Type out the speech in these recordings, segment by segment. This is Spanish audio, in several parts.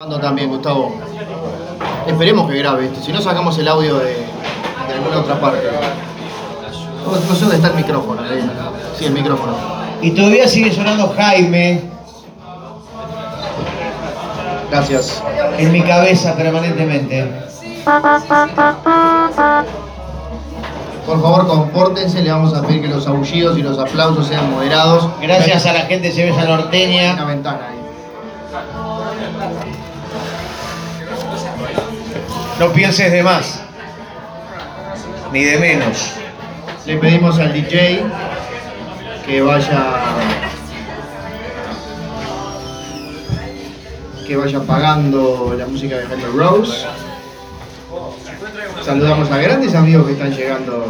Mando también, Gustavo. Esperemos que grabe esto, si no sacamos el audio de, de alguna otra parte. No, no sé dónde está el micrófono. ahí. Sí, el micrófono. Y todavía sigue sonando Jaime Gracias. en mi cabeza permanentemente. Por favor, compórtense, le vamos a pedir que los aullidos y los aplausos sean moderados. Gracias a la gente de Cerveza Hay una Norteña. ventana ahí. No pienses de más, ni de menos. Le pedimos al DJ que vaya. que vaya apagando la música de Hunter Rose. Saludamos a grandes amigos que están llegando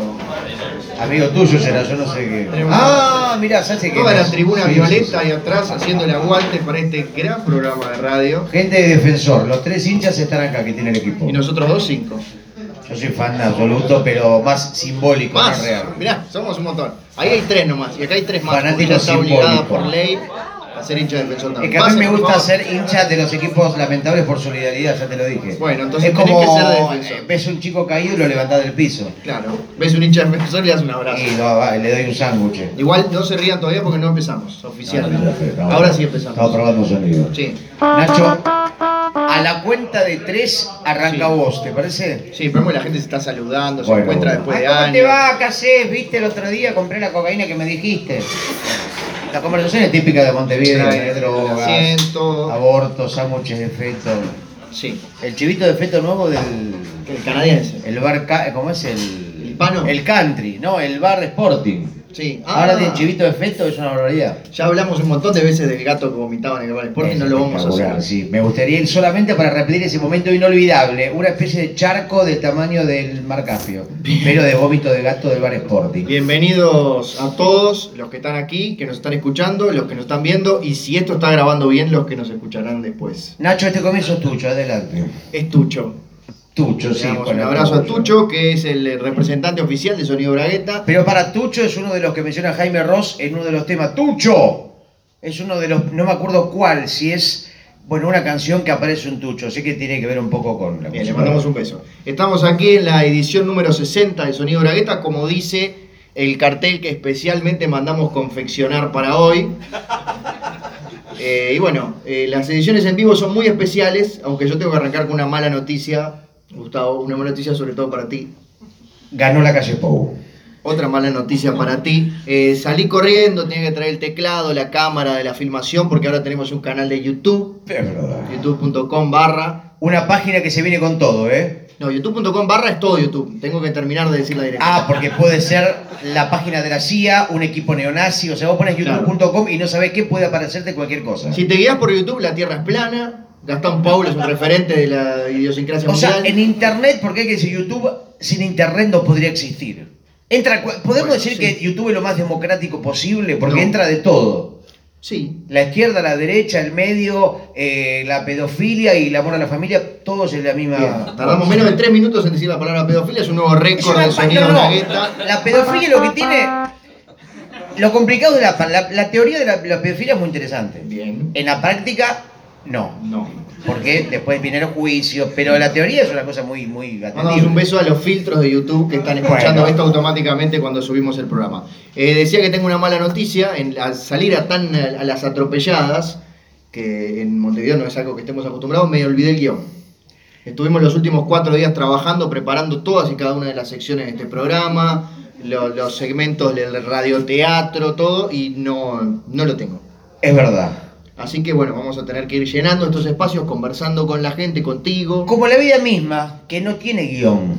Amigo tuyo será, yo no sé qué. Ah, mirá, Sachi que Toda la es. tribuna Sí, sí, violeta ahí atrás haciendo el aguante para este gran programa de radio. sí. Gente de defensor, los tres hinchas están acá que tiene el equipo. Y nosotros dos, cinco. Yo soy fan absoluto, pero más simbólico, Más, no real. mirá, somos un montón. Ahí hay tres nomás, y acá hay tres más. porque Fanático ella está obligada simbólico. por ley a ser hincha de defensor Es también. que a mí Pasen, me por gusta favor. ser hincha de los equipos lamentables por solidaridad, ya te lo dije. Bueno, entonces es tenés como que ser de defensor. eh, ves un chico caído y lo levantás del piso. Claro, ves un hincha de defensor y le das un abrazo. Y lo- va, le doy un sándwich. Igual no se rían todavía porque no empezamos, Ah, oficialmente. Ahora sí Estamos empezamos. probando sonido. Sí, Nacho, a la cuenta de tres arranca vos, ¿te parece? sí, pero bueno, la gente se está saludando, se Bueno, encuentra bueno. después de Ah, ¿Cómo te años. va? ¿Qué hacés? ¿Viste el otro día? Compré la cocaína que me dijiste. La conversación es típica de Montevideo, Trae de drogas, el asiento. abortos, sándwiches de feto. Sí, El chivito de feto nuevo del... el canadiense. El bar... ca- ¿Cómo es? El... ¿El pano? Ah. El country, no, el bar sporting. Sí. Ahora de del chivito de feto es una barbaridad. Ya hablamos un montón de veces del gato que vomitaba en el bar porque Es no lo vamos a espectacular, hacer. Sí, me gustaría ir solamente para repetir ese momento inolvidable, una especie de charco del tamaño del marcapio, pero de vómito de gato del bar Sporting. Bienvenidos a todos los que están aquí, que nos están escuchando, los que nos están viendo y si esto está grabando bien, los que nos escucharán después. Nacho, este comienzo es tuyo, adelante. Es Tucho. Tucho, Le sí. damos con un el abrazo a orgullo. Tucho, que es el representante oficial de Sonido Bragueta. Pero para Tucho es uno de los que menciona Jaime Ross en uno de los temas. ¡Tucho! Es uno de los, no me acuerdo cuál, si es, bueno, una canción que aparece un Tucho, sé que tiene que ver un poco con la Bien, le música. mandamos un beso. Estamos aquí en la edición número 60 de Sonido Bragueta, como dice el cartel que especialmente mandamos confeccionar para hoy. Eh, y bueno, eh, las ediciones en vivo son muy especiales, aunque yo tengo que arrancar con una mala noticia, Gustavo, una mala noticia sobre todo para ti. Ganó la calle Pou. Otra mala noticia para ti. Eh, salí corriendo, tenía que traer el teclado, la cámara de la filmación, porque ahora tenemos un canal de YouTube, Es verdad. youtube.com barra Una página que se viene con todo, ¿eh? No, youtube.com barra es todo YouTube. Tengo que terminar de decir la dirección. Ah, porque puede ser la página de la CIA, un equipo neonazi, o sea, vos pones Claro. youtube.com y no sabés qué puede aparecerte cualquier cosa. Si te guías por YouTube, la Tierra es plana. Gastón Paulo es un referente de la idiosincrasia o sea, mundial. en internet, porque hay que decir YouTube, sin internet no podría existir. Entra, cu- podemos Bueno, decir sí. que YouTube es lo más democrático posible, porque No. entra de todo. Sí. La izquierda, la derecha, el medio, eh, la pedofilia y el amor a la familia, todos en la misma... Bien. Tardamos menos de tres minutos en decir la palabra pedofilia. Es un nuevo Es récord una de pa- sonido no, en no. la gueta. La pedofilia lo que tiene... Lo complicado de la... pa- La, la teoría de la, la pedofilia es muy interesante. Bien. En la práctica, no. No. Porque después vinieron juicios, pero la teoría es una cosa muy, muy Mandamos un atendible. beso a los filtros de YouTube que están escuchando Bueno. esto automáticamente cuando subimos el programa. Eh, decía que tengo una mala noticia. En, al salir a, tan, a las atropelladas, que en Montevideo no es algo que estemos acostumbrados, me olvidé el guión. Estuvimos los últimos cuatro días trabajando, preparando todas y cada una de las secciones de este programa, lo- los segmentos del radioteatro, todo, y no, no lo tengo. Es verdad. Así que bueno, vamos a tener que ir llenando estos espacios, conversando con la gente, contigo. Como la vida misma, que no tiene guión.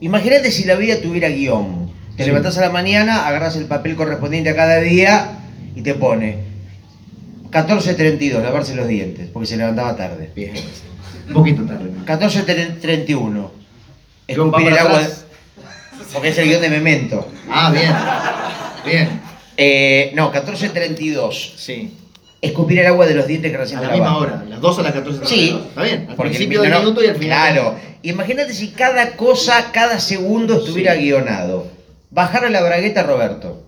Imagínate si la vida tuviera guión. Te Sí. levantás a la mañana, agarras el papel correspondiente a cada día y te pone 14.32, lavarse los dientes, porque se levantaba tarde. Bien. Un poquito tarde. 14.31, Guión va escupir el para agua, atrás. porque es el guión de Memento. Ah, bien. Ah, Bien. Eh, no, 14.32, Sí. escupir el agua de los dientes que recién A la te misma lavaste. hora, las 2 a las 14. Sí. Está bien. Al Porque el principio mi- del no, no, minuto y al final. Claro. Imagínate si cada cosa, cada segundo estuviera Sí. guionado. Bajar a la bragueta a Roberto.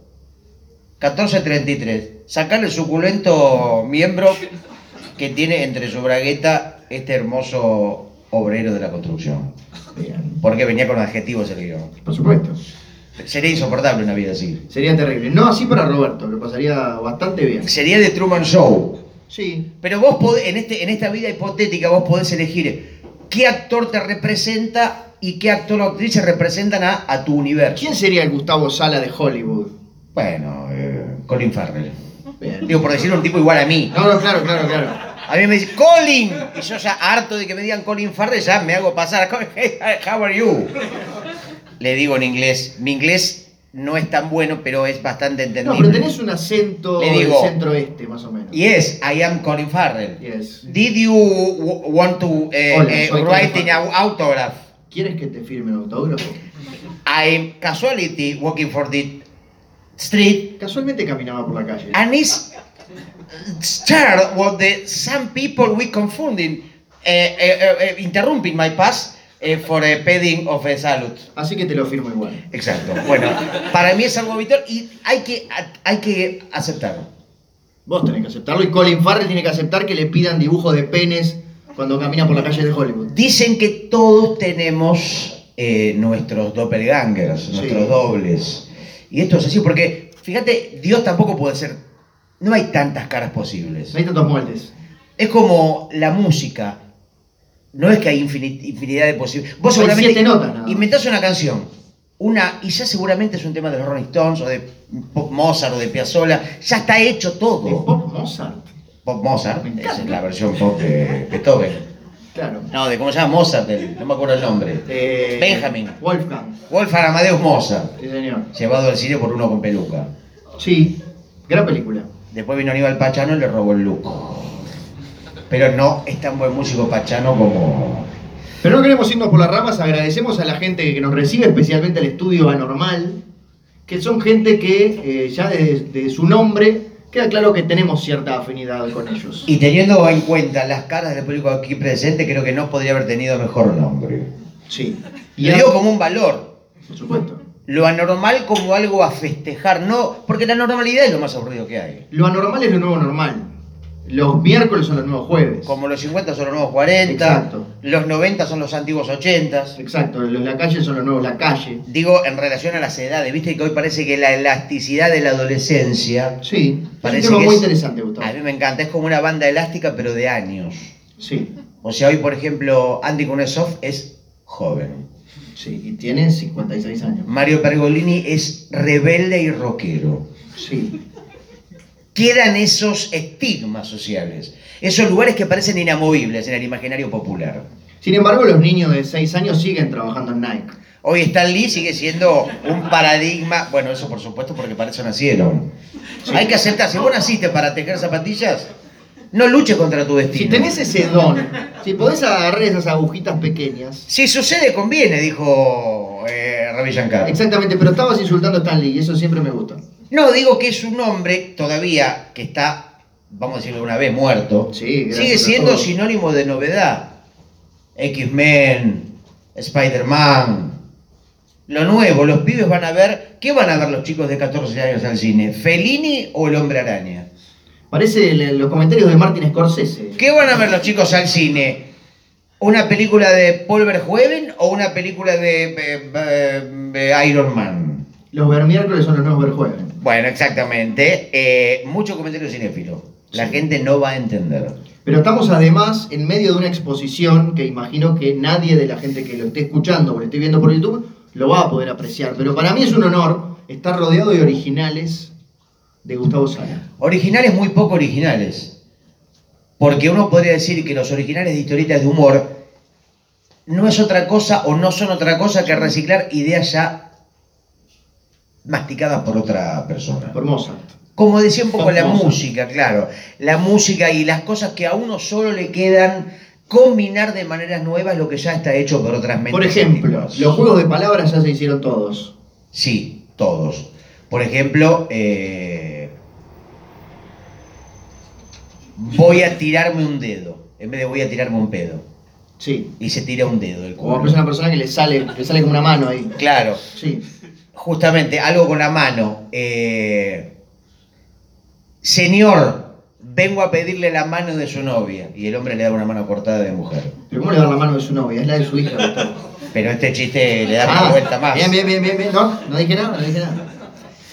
14.33. Sacar el suculento miembro que tiene entre su bragueta este hermoso obrero de la construcción. Bien. Porque venía con adjetivos el guión. Por supuesto. Sería insoportable una vida así. Sería terrible. No así para Roberto, que pasaría bastante bien. Sería de Truman Show. Sí. Pero vos podés- en, este, en esta vida hipotética vos podés elegir qué actor te representa y qué actor o actriz se representan a, a tu universo. ¿Quién sería el Gustavo Sala de Hollywood? Bueno, eh, Colin Farrell. Bien. Digo, por decir un tipo igual a mí. No, no, claro, claro, claro. A mí me dice Colin. Y yo ya harto de que me digan Colin Farrell, ya me hago pasar. Hey, how are you? Le digo en inglés. Mi inglés no es tan bueno, pero es bastante No, entendible. pero tenés un acento Le digo- del centro-este, más o menos. Yes, I am Colin Farrell. Yes. Did you w- want to eh, Hola, eh, soy Colin write an Farrell. autograph? ¿Quieres que te firme un autógrafo? I'm casuality walking for the street Casualmente caminaba por la calle. and it's start what the some people we confunding uh, uh, uh, interrupting my pass eh, for a pedding of a salute. Así que te lo firmo igual. Exacto. Bueno, para mí es algo habitual y hay que hay que aceptarlo. Vos tenés que aceptarlo y Colin Farrell tiene que aceptar que le pidan dibujos de penes cuando camina por la calle de Hollywood. Dicen que todos tenemos eh, nuestros doppelgangers, Sí. nuestros dobles. Y esto es así porque, fíjate, Dios tampoco puede ser. No hay tantas caras posibles. No hay tantos moldes. Es como la música. No es que hay infini- infinidad de posibilidades. Vos Hay seguramente siete notas, nada más. inventás una canción. Una, y ya seguramente es un tema de los Rolling Stones o de Pop Mozart o de Piazzolla. Ya está hecho De todo. Pop Mozart. Pop Mozart, Me esa encanta. es la versión pop de Beethoven. Claro. No, de cómo se llama Mozart, el- no me acuerdo el nombre. Eh, Benjamin. Wolfgang. Wolfgang Amadeus Mozart, Sí, señor. llevado al cine por uno con peluca. Sí. Gran película. Después vino Aníbal Pachano y le robó el look. Pero no es tan buen músico Pachano como. Pero no queremos irnos por las ramas, agradecemos a la gente que nos recibe, especialmente al estudio Anormal, que son gente que eh, ya desde desde su nombre queda claro que tenemos cierta afinidad con ellos. Y teniendo en cuenta las caras del público aquí presente, creo que no podría haber tenido mejor nombre. Sí. Y lo digo como un valor. Por supuesto. Lo anormal como algo a festejar, no, porque la normalidad es lo más aburrido que hay. Lo anormal es lo nuevo normal. Los miércoles son los nuevos jueves. Como los 50 son los nuevos 40, Exacto. los 90 son los antiguos 80. Exacto, los de la calle son los nuevos la calle. Digo, en relación a las edades, viste que hoy parece que la elasticidad de la adolescencia. Sí, Parece es un tema que muy es- interesante, Gustavo. A mí me encanta, es como una banda elástica, pero de años. Sí, O sea, hoy, por ejemplo, Andy Kunesov es joven. sí, y tiene 56 años. Mario Pergolini es rebelde y rockero. Sí, Quedan esos estigmas sociales, esos lugares que parecen inamovibles en el imaginario popular. Sin embargo, los niños de 6 años siguen trabajando en Nike. Hoy Stan Lee sigue siendo un paradigma, bueno, eso por supuesto porque para eso nacieron. Hay que aceptar, si vos naciste para tejer zapatillas, no luches contra tu destino. Si tenés ese don, si podés agarrar esas agujitas pequeñas. Si sucede, conviene, dijo eh, Ravi Shankar. Exactamente, pero estabas insultando a Stanley y eso siempre me gusta. No, digo que es un hombre todavía que está, vamos a decirlo una vez, muerto. Sí, gracias sigue a siendo todos. sinónimo de novedad. X-Men, Spider-Man. Lo nuevo, los pibes van a ver, ¿qué van a ver los chicos de 14 años al cine? ¿Fellini o el hombre araña? Parece el- los comentarios de Martin Scorsese. ¿Qué van a ver los chicos al cine? ¿Una película de Paul Verhoeven o una película de, eh, eh, eh, Iron Man? Los ver miércoles son los nuevos ver jueves. Bueno, exactamente. Eh, mucho comentario cinéfilo. La Sí. gente no va a entender. Pero estamos además en medio de una exposición que imagino que nadie de la gente que lo esté escuchando o lo esté viendo por YouTube lo va a poder apreciar. Pero para mí es un honor estar rodeado de originales de Gustavo Sala. Originales muy poco originales. Porque uno podría decir que los originales de historietas de humor no es otra cosa o no son otra cosa que reciclar ideas ya masticadas por otra persona. Por Mozart. Como decía un poco la Famosa. música, claro. La música y las cosas que a uno solo le quedan combinar de maneras nuevas lo que ya está hecho por otras mentes. Por ejemplo, antiguas. los juegos de palabras ya se hicieron todos. Sí, todos. Por ejemplo, eh, voy a tirarme un dedo. En vez de voy a tirarme un pedo. Sí. Y se tira un dedo el O culo. es una persona que le sale, le sale como una mano ahí. Claro, Sí. justamente, algo con la mano. eh, señor, vengo a pedirle la mano de su novia. Y el hombre le da una mano cortada de mujer. Pero ¿cómo le da la mano de su novia? Es la de su hija. Gustavo. Ah, Pero este chiste le da una vuelta más. Bien, bien, bien, bien, bien. No, no dije nada, no dije nada.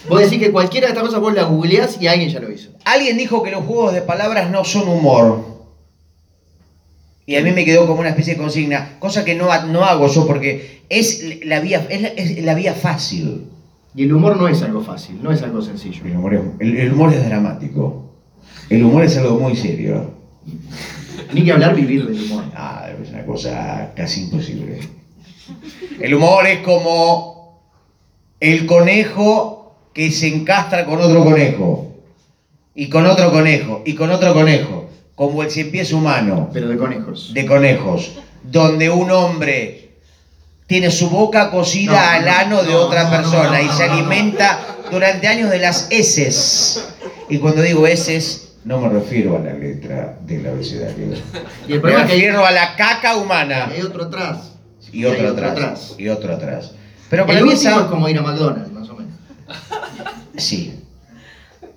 Vos decís que cualquiera de estas cosas vos la googleás y alguien ya lo hizo. Alguien dijo que los juegos de palabras no son humor. Y a mí me quedó como una especie de consigna, cosa que no, ha- no hago yo porque es la vía, es la, es la vía fácil. Y el humor no es algo fácil, no es algo sencillo. El humor, es, el- el humor es dramático. El humor es algo muy serio. Ni que hablar vivir del humor. Ah, es una cosa casi imposible. El humor es como el conejo que se encastra con otro conejo. Y con otro conejo. Y con otro conejo. Como el cien pies humano. Pero de conejos. de conejos, donde un hombre tiene su boca cocida No, al no, ano de no, otra no, persona no, y no, no, se no. alimenta durante años de las heces. Y cuando digo heces, no me refiero a la letra del abecedario. Y el Me problema es que hay, refiero a la caca humana. hay otro atrás. Y otro hay atrás. Y otro atrás. Pero para el mí último esa- es como ir a McDonald's, más o menos. Sí.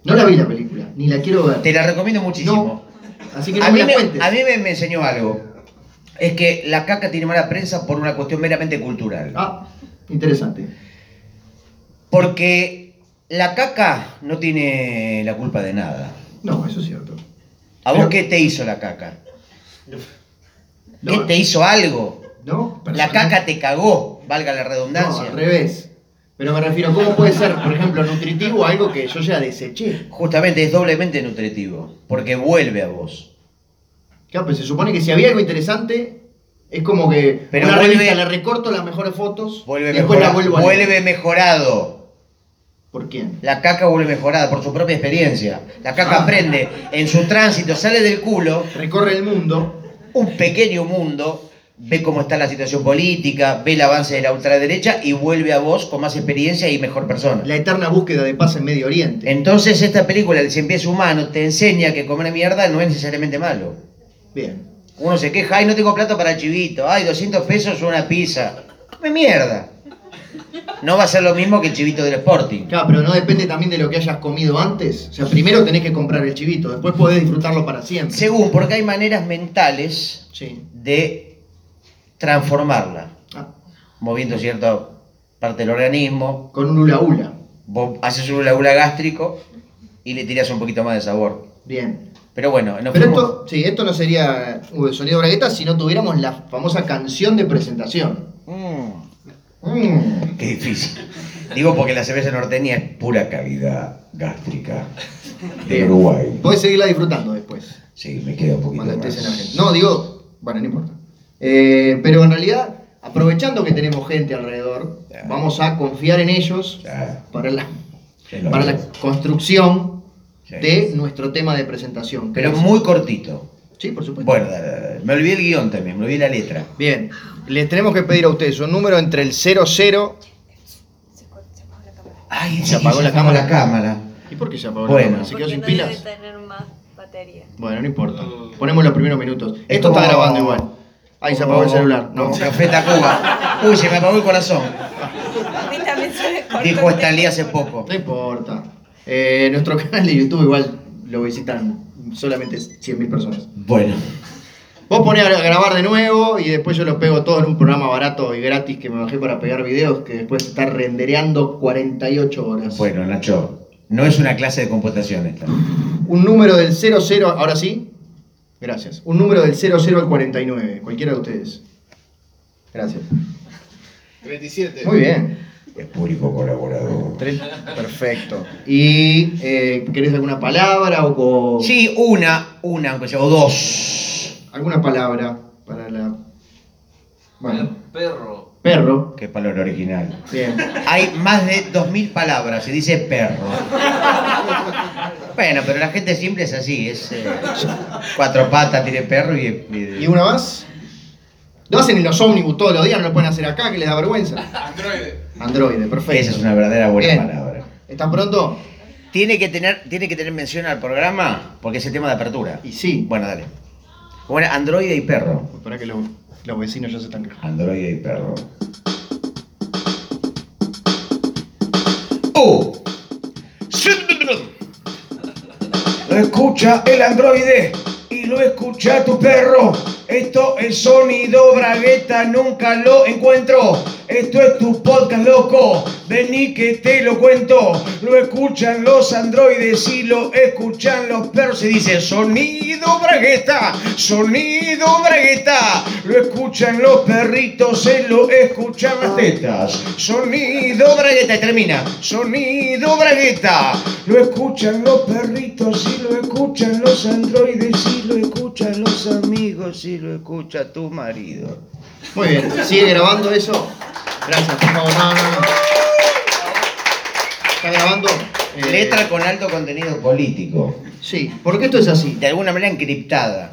No la vi la película, ni la quiero ver. Te la recomiendo muchísimo. Así que no a, me mí la me, cuentes. a mí me- me enseñó algo. Es que la caca tiene mala prensa por una cuestión meramente cultural. Ah, interesante. Porque la caca no tiene la culpa de nada. No, eso es cierto. ¿A vos Pero- qué te hizo la caca? No, ¿Qué te hizo algo? no, La personal- caca te cagó, valga la No, redundancia. al revés. Pero me refiero, ¿cómo puede ser, por ejemplo, nutritivo algo que yo ya deseché? Justamente es doblemente nutritivo, porque vuelve a vos. Claro, pues se supone que si había algo interesante, es como que Pero una vuelve- revista le recorto las mejores fotos Vuelve, y después la mejora- vuelvo a leer. vuelve mejorado. ¿Por quién? La caca vuelve mejorada por su propia experiencia. La caca Ah. aprende en su tránsito, sale del culo, Recorre el mundo. un pequeño mundo, ve cómo está la situación política, ve el avance de la ultraderecha y vuelve a vos con más experiencia y mejor persona. La eterna búsqueda de paz en Medio Oriente. Entonces esta película, El cien pies humano, te enseña que comer mierda no es necesariamente malo. Bien. Uno se queja, ay, no tengo plata para el chivito, ay, 200 pesos una pizza. ¡Me mierda! No va a ser lo mismo que el chivito del Sporting. Claro, pero no depende también de lo que hayas comido antes. O sea, primero tenés que comprar el chivito, después podés disfrutarlo para siempre. Según, porque hay maneras mentales Sí. de transformarla, Ah, moviendo cierta parte del organismo, con un hula hula. vos haces un labula gástrico y le tiras un poquito más de sabor. Bien. Pero bueno, nos Pero fuimos- esto, sí, esto no sería uh, sonido bragueta si no tuviéramos la famosa canción de presentación. Mm. Mm. Qué difícil. Digo porque la cerveza norteña es pura cavidad gástrica de Bien. Uruguay. Podés seguirla disfrutando después. Sí, me queda un poquito cuando estés en más. Argentina. No, digo, bueno, no importa. Eh, pero en realidad, aprovechando que tenemos gente alrededor, Claro. vamos a confiar en ellos Ya, para la, ya lo para veo. la construcción Sí. de nuestro tema de presentación. Pero ¿Querés? muy cortito. Sí, por supuesto. Bueno, dale, dale, dale. me olvidé el guión también, me olvidé la letra. Bien, les tenemos que pedir a ustedes un número entre el 00... Ay, Se apagó la cámara. La cámara. ¿Y por qué se apagó Bueno. la cámara? ¿Se quedó Porque sin no pilas? debe tener más batería. Bueno, no importa. Ponemos los primeros minutos. Es Esto como- está grabando igual. Ahí se apagó el celular. No. Como Café Tacuba. Uy, se me apagó el corazón. A mí también se me cortó. Dijo Stanley hace poco. No importa. Eh, nuestro canal de YouTube igual lo visitan solamente 100.000 personas. Bueno, Vos ponés a grabar de nuevo y después yo los pego todo en un programa barato y gratis que me bajé para pegar videos que después está rendereando 48 horas. bueno, Nacho. No es una clase de computación esta. Un número del 00, ahora sí. Gracias. Un número del 00 al 49, cualquiera de ustedes. Gracias. 37. Muy bien. Es público colaborador. Tres- Perfecto. ¿Y eh, querés alguna palabra o co- Sí, una, una, aunque sea, o dos. alguna palabra para la... Bueno. perro. Perro. Qué palabra original. Bien. Hay más de 2.000 palabras, se dice perro. Bueno, pero la gente simple es así, es eh, cuatro patas, tiene perro y... ¿Y una más? Lo hacen en los ómnibus todos los días, no lo pueden hacer acá, que les da vergüenza. Androide. Androide, perfecto. Esa es una verdadera buena Bien. palabra. ¿Estás pronto? ¿Tiene que, tener, ¿Tiene que tener mención al programa? Porque es el tema de apertura. Y sí. Bueno, dale. Bueno, androide y perro. Espera que los, los vecinos ya se están quejando. Androide y perro. ¡Oh! lo escucha el androide y lo escucha tu perro. Esto es sonido bragueta, nunca lo encuentro. Esto es tu podcast loco, vení que te lo cuento. Lo escuchan los androides y lo escuchan los perros. Se dice sonido bragueta, sonido bragueta. Lo escuchan los perritos, se lo escuchan las tetas. Sonido bragueta, y termina. Sonido bragueta. Lo escuchan los perritos y lo escuchan los androides y lo escuchan los amigos y lo escucha tu marido. Muy bien, ¿sigue grabando eso? Gracias, por favor. No, no, no. ¿Está grabando? Eh, Letra con alto contenido político. Sí, porque esto es así. de alguna manera encriptada.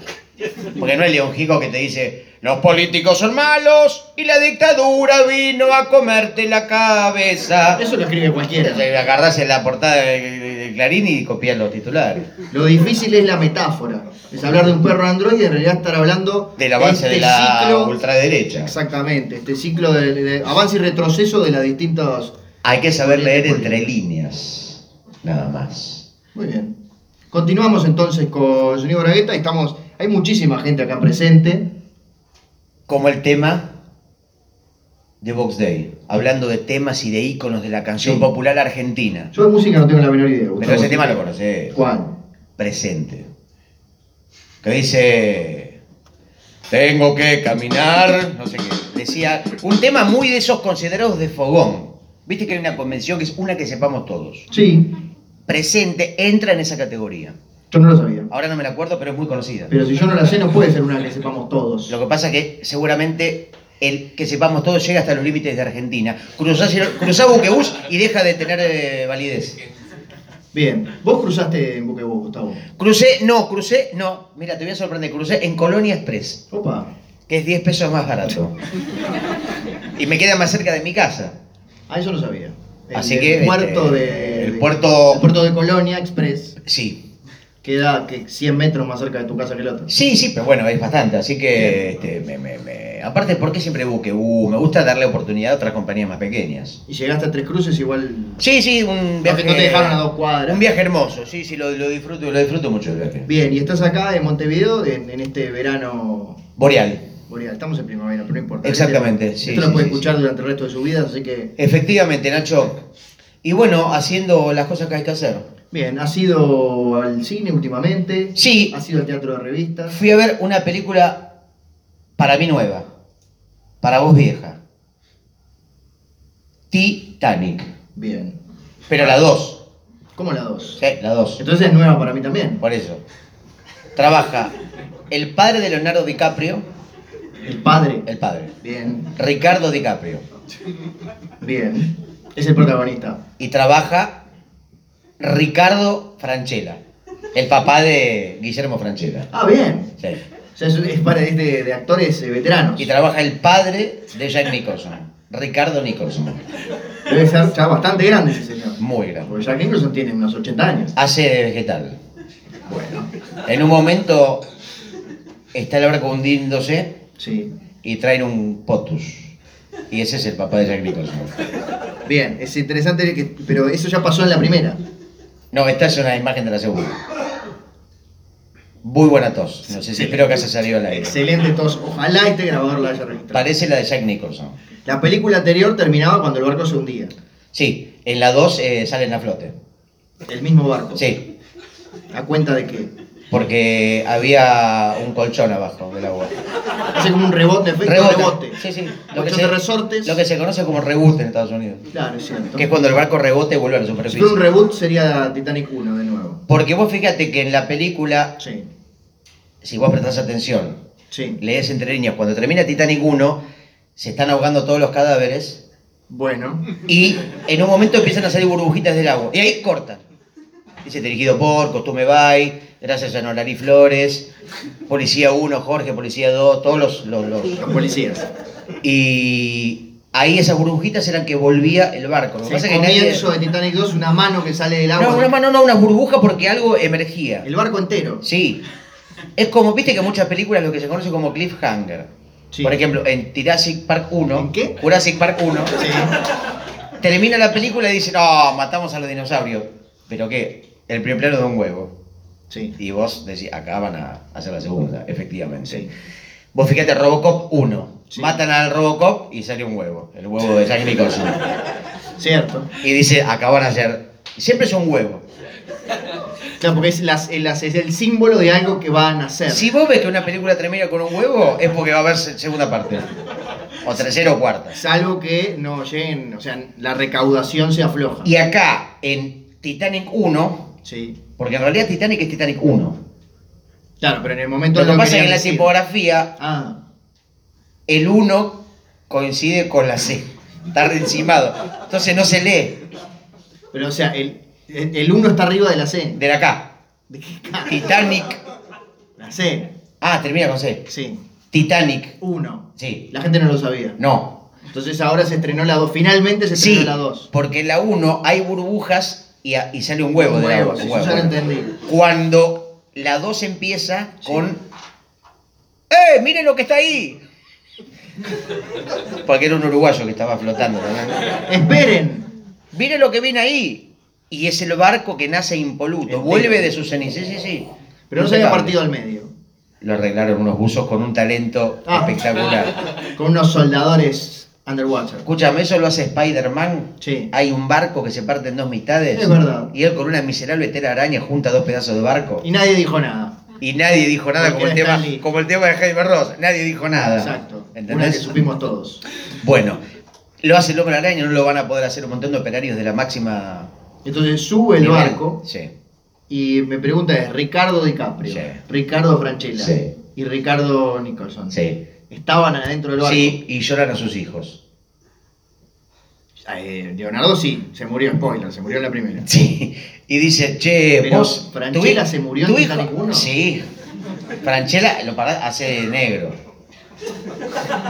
Porque no es León Gico que te dice, los políticos son malos y la dictadura vino a comerte la cabeza. Eso lo escribe cualquiera. Te Agarrás en la portada de- de de Clarín y copias los titulares. Lo difícil es la metáfora. Es hablar de un perro androide y en realidad estar hablando Del avance este de la ciclo- ultraderecha. Exactamente, este ciclo de, de avance y retroceso de las distintas. Hay que saber leer entre líneas, nada más. Muy bien. Continuamos entonces con Sonido Bragueta y estamos. Hay muchísima gente acá presente. Como el tema de Vox Day, hablando de temas y de íconos de la canción Sí. popular argentina. Yo de música no tengo la menor idea. Pero Gustavo. ese tema lo conocés. ¿Cuál? presente. Que dice, tengo que caminar, no sé qué. Decía, un tema muy de esos considerados de fogón. Viste que hay una convención que es una que sepamos todos. Sí, Presente entra en esa categoría. yo no lo sabía. Ahora no me la acuerdo, pero es muy conocida. Pero si yo no la sé, no puede ser una que sepamos todos. Lo que pasa que seguramente el que sepamos todos llega hasta los límites de Argentina. Cruzás, cruzá Buquebus y deja de tener eh, validez. Bien, vos cruzaste en Buquebú, Gustavo. Crucé, no, crucé, no. Mira, te voy a sorprender. Crucé en Colonia Express. Opa. que es 10 pesos más barato. Y me queda más cerca de mi casa. Ah, eso no sabía. El, Así del que, este, puerto de. el de- puerto- el puerto de Colonia Express Sí. queda que 100 metros más cerca de tu casa que el otro. Sí, sí, pero bueno, es bastante. Así que, este, me, me- me- aparte, ¿por qué siempre busque? Uh, me gusta darle oportunidad a otras compañías más pequeñas. Y llegaste a tres cruces igual. Sí, sí, un No viaje. te, no te dejaron a dos cuadras. Un viaje hermoso, sí, sí, lo, lo disfruto, lo disfruto mucho el viaje. Bien, y estás acá en Montevideo en, en este verano Boreal. boreal. Estamos en primavera, pero no importa. Exactamente, Este- sí, Esto lo sí, puede sí, escuchar durante el resto de su vida, así que. Efectivamente, Nacho. Y bueno, haciendo las cosas que hay que hacer. Bien, has ido al cine últimamente. Sí. Has ido al teatro de revistas. Fui a ver una película para mí nueva, para vos vieja. Titanic. Bien. Pero la 2. ¿Cómo la dos? Sí, la 2. Entonces es nueva para mí también. Por eso. Trabaja el padre de Leonardo DiCaprio, El padre. el padre, Bien, Ricardo DiCaprio. bien. Es el protagonista. Y trabaja Ricardo Franchella, el papá de Guillermo Franchella. Ah, bien. Sí. O sea, es, es para, es de, de actores eh, veteranos. Y trabaja el padre de Jack Nicholson, Ricardo Nicholson. Debe ser ya bastante grande ese señor. Muy grande. Porque Jack Nicholson tiene unos 80 años. Hace de vegetal. Bueno, En un momento está el barco hundiéndose sí. y traen un potus. Y ese es el papá de Jack Nicholson. Bien, es interesante, que, pero eso ya pasó en la primera. No, esta es una imagen de la segunda. Muy buena tos. No sé si espero que haya salido al aire. Excelente tos. Ojalá este grabador la haya registrado. Parece la de Jack Nicholson. La película anterior terminaba cuando el barco se hundía. Sí, en la 2 salen a flote. El mismo barco. Sí, ¿A cuenta de qué? porque había un colchón abajo del agua. Hace como un rebote, efecto Rebote. rebote. Sí, sí. Colchón de resortes. lo que se conoce como reboot en Estados Unidos. Claro, es cierto. Que es cuando el barco rebote y vuelve a la Si fuera un superficie. reboot sería Titanic 1 de nuevo. Porque vos fíjate que en la película Sí, si vos prestás atención, sí. lees entre líneas, cuando termina Titanic 1, se están ahogando todos los cadáveres Bueno, y en un momento empiezan a salir burbujitas del agua. Y ahí cortan. Dice dirigido por Costume Bay, gracias a Nolari Flores, Policía 1, Jorge, Policía 2, todos los, los- los- los policías. Y ahí esas burbujitas eran que volvía el barco. Lo que El pasa es que nadie- comienzo de Titanic 2, una mano que sale del agua. No, una mano, no, una burbuja porque algo emergía. El barco entero. Sí. Es como, viste que en muchas películas lo que se conoce como cliffhanger. Sí. Por ejemplo, en Jurassic Park 1. ¿En qué? Jurassic Park 1. Termina la película y dice, no, matamos a los dinosaurios. ¿Pero qué? El primer plano de un huevo. Sí. Y vos decís, acá van a hacer la segunda, efectivamente. Sí. Vos fíjate, Robocop 1. Sí. Matan al Robocop y sale un huevo. El huevo de Jack Nicholson. Cierto. Y dice, acá van a hacer... Siempre es un huevo. Claro, porque es, las, eh, las- es el símbolo de algo que va a nacer. Si vos ves que una película termina con un huevo, es porque va a haber se- segunda parte. O tercera o cuarta. Salvo que no lleguen, o sea, la recaudación se afloja. Y acá, en Titanic 1, Sí. porque en realidad Titanic es Titanic 1. Claro, pero en el momento Lo que pasa es que querían en la decir. tipografía, Ah, el 1 coincide con la C. Está encimado. Entonces no se lee. pero o sea, el, el 1 está arriba de la C. De acá. ¿De qué cara? Titanic. La C, Ah, termina con C. sí. Titanic. 1. Sí. La gente no lo sabía. No, Entonces ahora se estrenó la 2. Finalmente se estrenó Sí, la 2. porque en la 1 hay burbujas y, a- y sale un huevo de la Huevo, un sí, huevo. yo ya lo entendí. Cuando la 2 empieza Sí. con... ¡Eh! ¡Miren lo que está ahí! Porque era un uruguayo que estaba flotando también. ¡Esperen! ¡Miren lo que viene ahí! Y es el barco que nace impoluto. Entero. Vuelve de sus cenizas. Sí, sí, sí. Pero no se había Impecable. partido al medio. Lo arreglaron unos buzos con un talento Ah. espectacular. Con unos soldadores underwater. Escúchame, eso lo hace Spider-Man. Sí. Hay un barco que se parte en dos mitades. Es verdad. Y él con una miserable tela araña junta dos pedazos de barco. Y nadie dijo nada. Y nadie dijo nada Porque como el, era tema, Stan Lee. como el tema de Jaime Ross. Nadie dijo nada. Exacto. Una que Ah, ¿Entendés? supimos todos. Bueno, lo hace el hombre araña, no lo van a poder hacer un montón de operarios de la máxima. Entonces sube el nivel. barco Sí. y me pregunta es Ricardo DiCaprio, Sí. Ricardo Franchella Sí. y Ricardo Nicholson. Sí. Estaban adentro del barco. Sí, y lloran a sus hijos. Eh, Leonardo sí, se murió, spoiler, se murió en la primera. Sí. Y dice, che, Pero, vos. tu ¿Franchella hij- se murió tu en hijo- Titanic uno? Sí. Franchella lo para- hace de negro.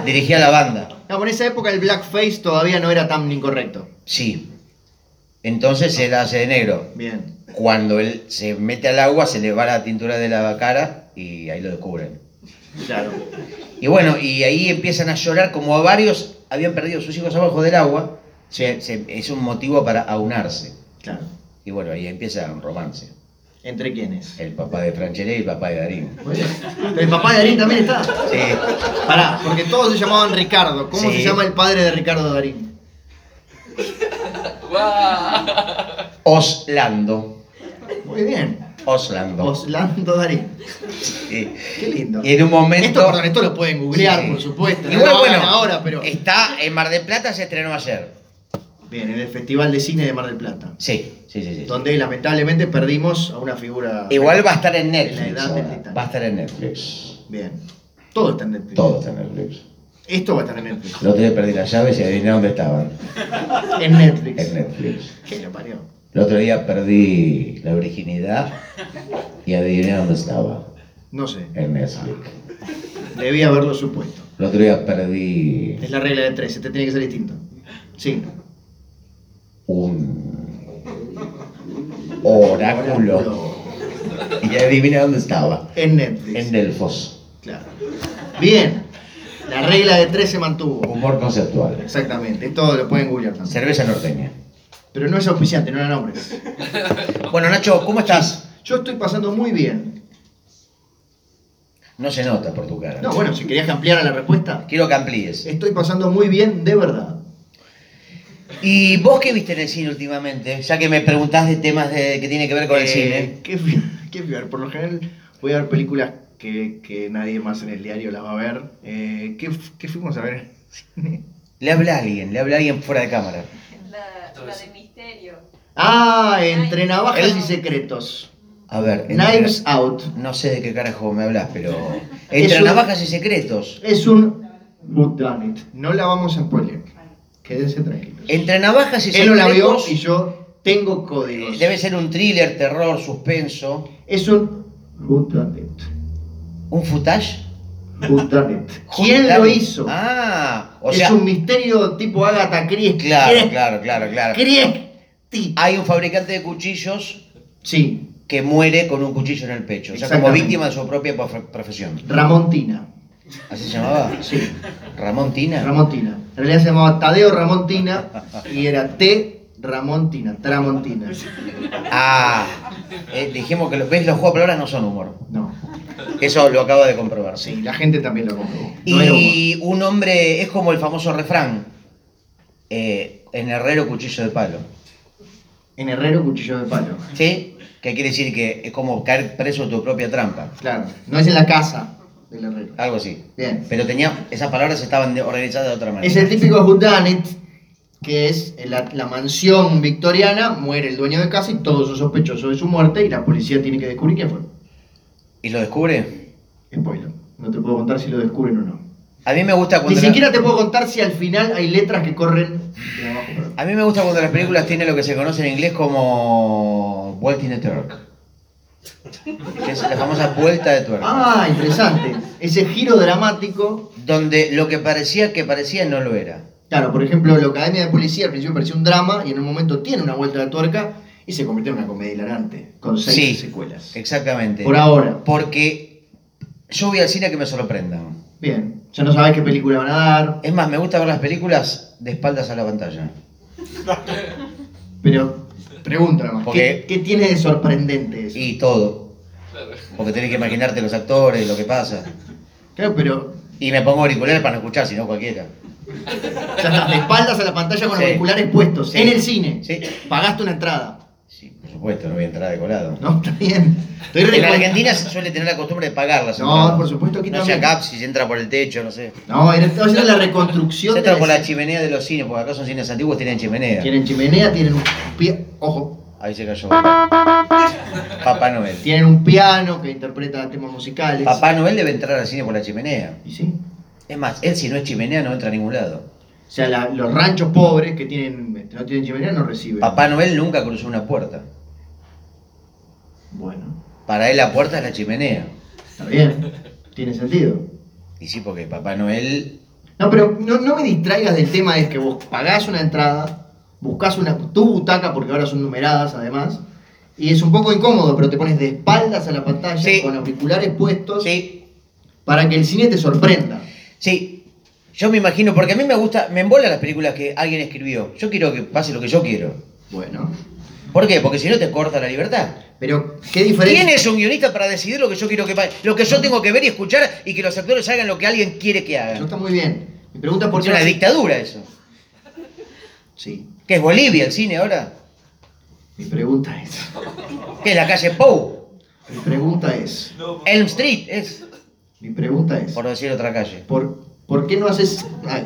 Dirigía la banda. No, por esa época el blackface todavía no era tan incorrecto. Sí. Entonces él hace de negro. Bien. Cuando él se mete al agua, se le va la tintura de la cara y ahí lo descubren. Claro. Y bueno, y ahí empiezan a llorar como a varios habían perdido sus hijos abajo del agua. se- se- es un motivo para aunarse. Claro. Y bueno, ahí empieza un romance. ¿Entre quiénes? El papá de Franchella y el papá de Darín. Eh, Muy bien. El papá de Darín también está. Sí. Pará, porque todos se llamaban Ricardo. ¿Cómo Sí. se llama el padre de Ricardo Darín? Oslando. Muy bien. Oslando. Oslando Darín. Sí. Qué lindo. Y en un momento... Esto, perdón, esto lo pueden googlear, Sí. por supuesto. No Igual, lo hagan bueno, ahora, pero. Está en Mar del Plata, se estrenó ayer. Bien, en el Festival de Cine de Mar del Plata. Sí, sí, sí. sí. Donde lamentablemente perdimos a una figura. Igual va a estar en En la Netflix. edad del ahora. Titanic. Va a estar en Netflix. Bien. Todo está en Netflix. Todo está en Netflix. Esto va a estar en Netflix. El otro día perdí las llaves y adiviné dónde estaban. En Netflix. En Netflix. ¿Qué lo parió? El otro día perdí la virginidad y adiviné dónde estaba. No sé. En Netflix. Debía haberlo supuesto. El otro día perdí Es la regla de 13, te tiene que ser distinto. Sí. un oráculo y adiviné dónde estaba. En Netflix. En Delfos. Claro. Bien. La regla de 13 se mantuvo. Humor conceptual. Exactamente. Esto lo pueden googlear también. Cerveza norteña. Pero no es auspiciante, no la nombres. Bueno, Nacho, ¿cómo estás? Yo estoy pasando muy bien. No se nota por tu cara. No, bueno, si querías ampliar a la respuesta, Quiero que amplíes. estoy pasando muy bien de verdad. ¿Y vos qué viste en el cine últimamente? Ya que me preguntás de temas de- que tienen que ver con el Eh, cine. ¿Qué fui, qué fui a ver? Por lo general voy a ver películas que, que nadie más en el diario las va a ver. Eh, ¿qué, f- qué fuimos a ver? Le habla a alguien, le habla a alguien fuera de cámara. La, la de misterio. Ah, entre navajas El- y secretos. A ver. entre- Knives Out. No sé de qué carajo me hablas, pero. Entre un- navajas y secretos. Es un... Who done it. No la vamos a spoiler. Quédense tranquilos. Entre navajas y Él no la vio secretos. y yo tengo eh, códigos. Debe ser un thriller, terror, suspenso. Es un... Who done it. ¿Un footage? Who done it. ¿Quién lo Juntar- hizo? Ah, o sea. es un misterio tipo Agatha Christie. Claro, Cre- claro, claro, claro. Christie. Hay un fabricante de cuchillos Sí, que muere con un cuchillo en el pecho. O sea, como Exactamente. víctima de su propia profe- profesión. Ramón Tina. ¿Así se llamaba? Sí, Ramón Tina. Ramón Tina. En realidad se llamaba Tadeo Ramón Tina y era T. Ramontina, Tramontina. Ah, eh, dijimos que lo- ves los juegos de palabras no son humor. No, Eso lo acabo de comprobar, sí. sí, la gente también lo compró. No es humor. Y un hombre es como el famoso refrán. eh, en herrero cuchillo de palo. En Herrero, cuchillo de palo. ¿Sí? Que quiere decir que es como caer preso de tu propia trampa. Claro, no es en la casa del Herrero. Algo así. Bien. Pero tenía, esas palabras estaban de- organizadas de otra manera. Es el típico whodunit, que es la, la mansión victoriana, muere el dueño de casa y todos son sospechosos de su muerte y la policía tiene que descubrir quién fue. ¿Y lo descubre? Spoiler, no te puedo contar si lo descubren o no. A mí me gusta Ni cuando... la- siquiera te puedo contar si al final hay letras que corren de abajo para arriba. A mí me gusta cuando las películas tienen lo que se conoce en inglés como... Vuelta in the Turk. Que es la famosa vuelta de tuerca. Ah, interesante. Ese giro dramático. Donde lo que parecía que parecía no lo era. Claro, por ejemplo, la Academia de Policía al principio parecía un drama y en un momento tiene una vuelta de tuerca y se convirtió en una comedia hilarante con seis Sí. Eh, secuelas. Exactamente. Por ahora. Porque yo voy al cine a que me sorprendan. Bien. Ya no sabes qué película van a dar, Es más, me gusta ver las películas de espaldas a la pantalla. pero pregunta nomás. ¿qué, Porque- qué tiene de sorprendente eso? Y todo. Porque tenés que imaginarte los actores, lo que pasa. Claro, pero Y me pongo auriculares para no escuchar, si no cualquiera. ya estás de espaldas a la pantalla con los Sí. auriculares puestos Sí. en el cine. Sí. Pagaste una entrada. Sí, por supuesto, no voy a entrar de colado. No, está bien. Estoy En la recuerdo- Argentina se suele tener la costumbre de pagarlas. No, por supuesto, aquí no también. sé acá si se entra por el techo, no sé. No, era, estaba haciendo la Se reconstrucción. de entra por la escena. chimenea de los cines, porque acá son cines antiguos, tienen chimenea. Tienen chimenea, tienen un pie. Ojo. Ahí se cayó. Papá Noel. Tienen un piano que interpreta temas musicales. Papá Noel debe entrar al cine por la chimenea. Y sí. Es más, él si no es chimenea no entra a ningún lado. O sea, la- los ranchos pobres que tienen, este, no tienen chimenea no reciben. Papá Noel nunca cruzó una puerta. Bueno, Para él la puerta es la chimenea. está bien. Tiene sentido. Y sí, porque Papá Noel... No, pero no, no me distraigas del tema es que vos pagás una entrada, buscás una, tu butaca, porque ahora son numeradas además, y es un poco incómodo, pero te pones de espaldas a la pantalla, Sí. con auriculares puestos, Sí, para que el cine te sorprenda. sí. Yo me imagino, porque a mí me gusta, me embolan las películas que alguien escribió. Yo quiero que pase lo que yo quiero. Bueno, ¿Por qué? Porque si no te corta la libertad. pero ¿qué diferencia? ¿Quién es un guionista para decidir lo que yo quiero que pase? Lo que yo tengo que ver y escuchar y que los actores hagan lo que alguien quiere que Eso hagan. está muy bien. Mi pregunta es por Es qué... una no- dictadura eso. Sí, ¿Qué es Bolivia el cine ahora? mi pregunta es... ¿Qué es la calle Pou? Mi pregunta es... Elm Street es, Mi pregunta es... por decir otra calle. ¿Por, por qué no haces... ay,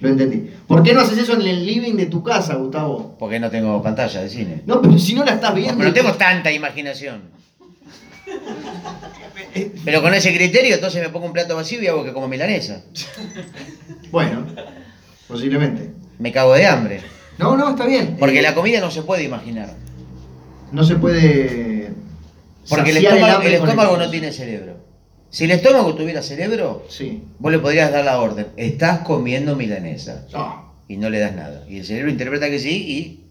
lo entendí. ¿Por qué no haces eso en el living de tu casa, Gustavo? Porque no tengo pantalla de cine. No, pero si no la estás viendo... Porque no tengo tanta imaginación. Pero con ese criterio entonces me pongo un plato vacío y hago que como milanesa. Bueno, posiblemente. Me cago de hambre. No, no, está bien. Porque Eh, la comida no se puede imaginar. No se puede. Porque el saciar estómago, hambre el con estómago no corazón. tiene cerebro. Si el estómago tuviera cerebro, Sí. vos le podrías dar la orden. Estás comiendo milanesa. Ah, Y no le das nada. Y el cerebro interpreta que sí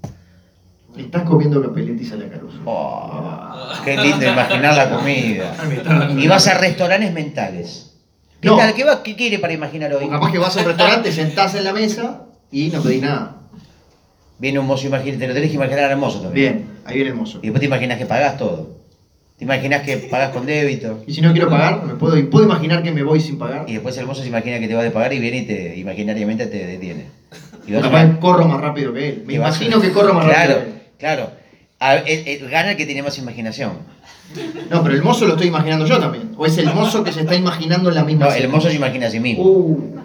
y... estás comiendo capeletis a la caruso. Oh, qué lindo imaginar la comida. Ah, me está dando- Y vas a restaurantes mentales. ¿Qué, No. tal? ¿Qué, va- qué quiere para imaginar hoy? O capaz que vas a un restaurante, sentás en la mesa y no pedís nada. Viene un mozo imagínate, te lo tenés que imaginar hermoso también. Bien, ahí viene el mozo. Y después te imaginas que pagás todo. Te imaginas que pagás con débito. Y si no quiero pagar, me puedo, puedo imaginar que me voy sin pagar. Y después el mozo se imagina que te va a pagar y viene y te imaginariamente te detiene. Y O vas a- capaz corro más rápido que él. Me y vas a- imagino que corro más Claro, rápido. que claro. A- el- el- gana el que tiene más imaginación. él. No, pero el mozo lo estoy imaginando yo también. O es el mozo que se está imaginando en la misma No, escena. el mozo se imagina a sí mismo. Uh.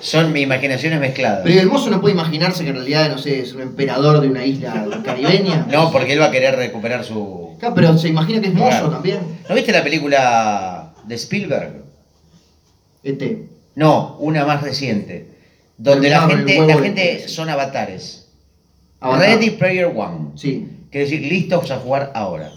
Son mis imaginaciones mezcladas. Pero el mozo no puede imaginarse que en realidad, no sé, es un emperador de una isla caribeña. No, porque él va a querer recuperar su... Acá, pero se imagina que es mozo Claro. también. ¿No viste la película de Spielberg? Este, No, una más reciente. Donde la Terminaron el gente, huevo la de- gente son avatares. Avatar. Ready Player One. Sí, Quiere decir, listos a jugar ahora.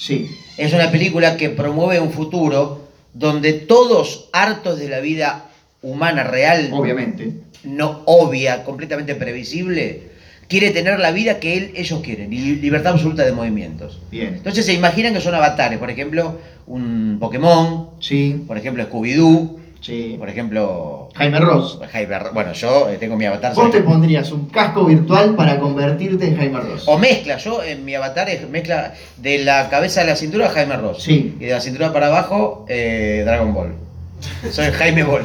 sí. Es una película que promueve un futuro donde todos hartos de la vida humana real, Obviamente. no obvia, completamente previsible, quiere tener la vida que él, ellos quieren y libertad absoluta de movimientos. Bien. Entonces se imaginan que son avatares, por ejemplo, un Pokémon, Sí. por ejemplo, Scooby-Doo, Sí. Por ejemplo, Jaime Ross. Jaime Ro- bueno, yo eh, tengo mi avatar. Vos te soy- pondrías un casco virtual para convertirte en Jaime Ross. O mezcla, yo en mi avatar es mezcla de la cabeza a la cintura Jaime Ross. Sí. Y de la cintura para abajo, eh, Dragon Ball. Soy Jaime Ball.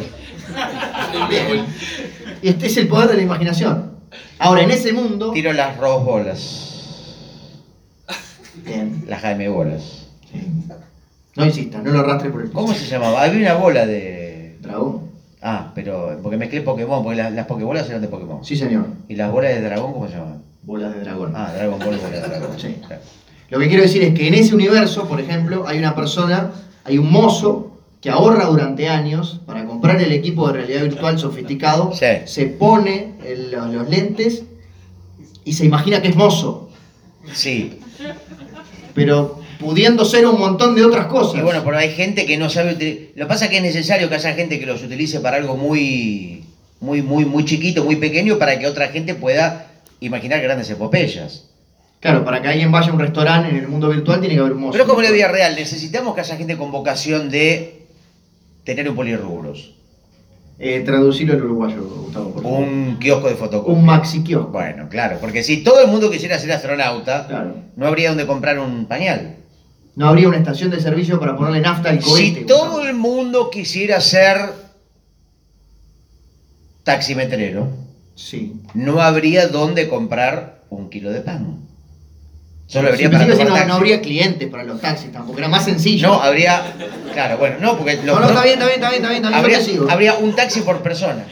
Este es el poder de la imaginación. Ahora, en ese mundo. Tiro las Ross bolas. Bien. Las Jaime bolas. No insistas, no lo arrastres por el piso. ¿Cómo se llamaba? Había una bola de. Dragón. Ah, pero. Porque mezclé Pokémon, porque las, las Pokébolas eran de Pokémon. Sí, señor. ¿Y las bolas de dragón cómo se llamaban? Bolas de dragón. Ah, Dragon Ball, bola de dragón. Sí. Claro. Lo que quiero decir es que en ese universo, por ejemplo, hay una persona, hay un mozo que ahorra durante años para comprar el equipo de realidad virtual sofisticado, Sí. se pone el- los, los lentes y se imagina que es mozo, Sí. pero pudiendo ser un montón de otras cosas. Y bueno, pero hay gente que no sabe utilizar. Lo que pasa es que es necesario que haya gente que los utilice para algo muy, muy, muy, muy chiquito, muy pequeño, para que otra gente pueda imaginar grandes epopeyas. Claro, para que alguien vaya a un restaurante en el mundo virtual tiene que haber un mozo. Pero como en la vida real, necesitamos que haya gente con vocación de tener un polirrubros, Eh, traducirlo al uruguayo, Gustavo. por favor. un kiosco de fotocopias. Un maxi kiosco. Bueno, claro, porque si todo el mundo quisiera ser astronauta, Claro. no habría donde comprar un pañal. No habría una estación de servicio para ponerle nafta al cohete. Si Gustavo. todo el mundo quisiera ser taximetrero, Sí. no habría dónde comprar un kilo de pan. Solo habría Sí, para inclusive tomar no, taxi. no habría clientes para los taxis tampoco, era más sencillo. No, habría- Claro, bueno, no, porque... los- no, no, está bien, está bien, está bien, está bien, está bien, yo habría, te sigo. habría un taxi por persona.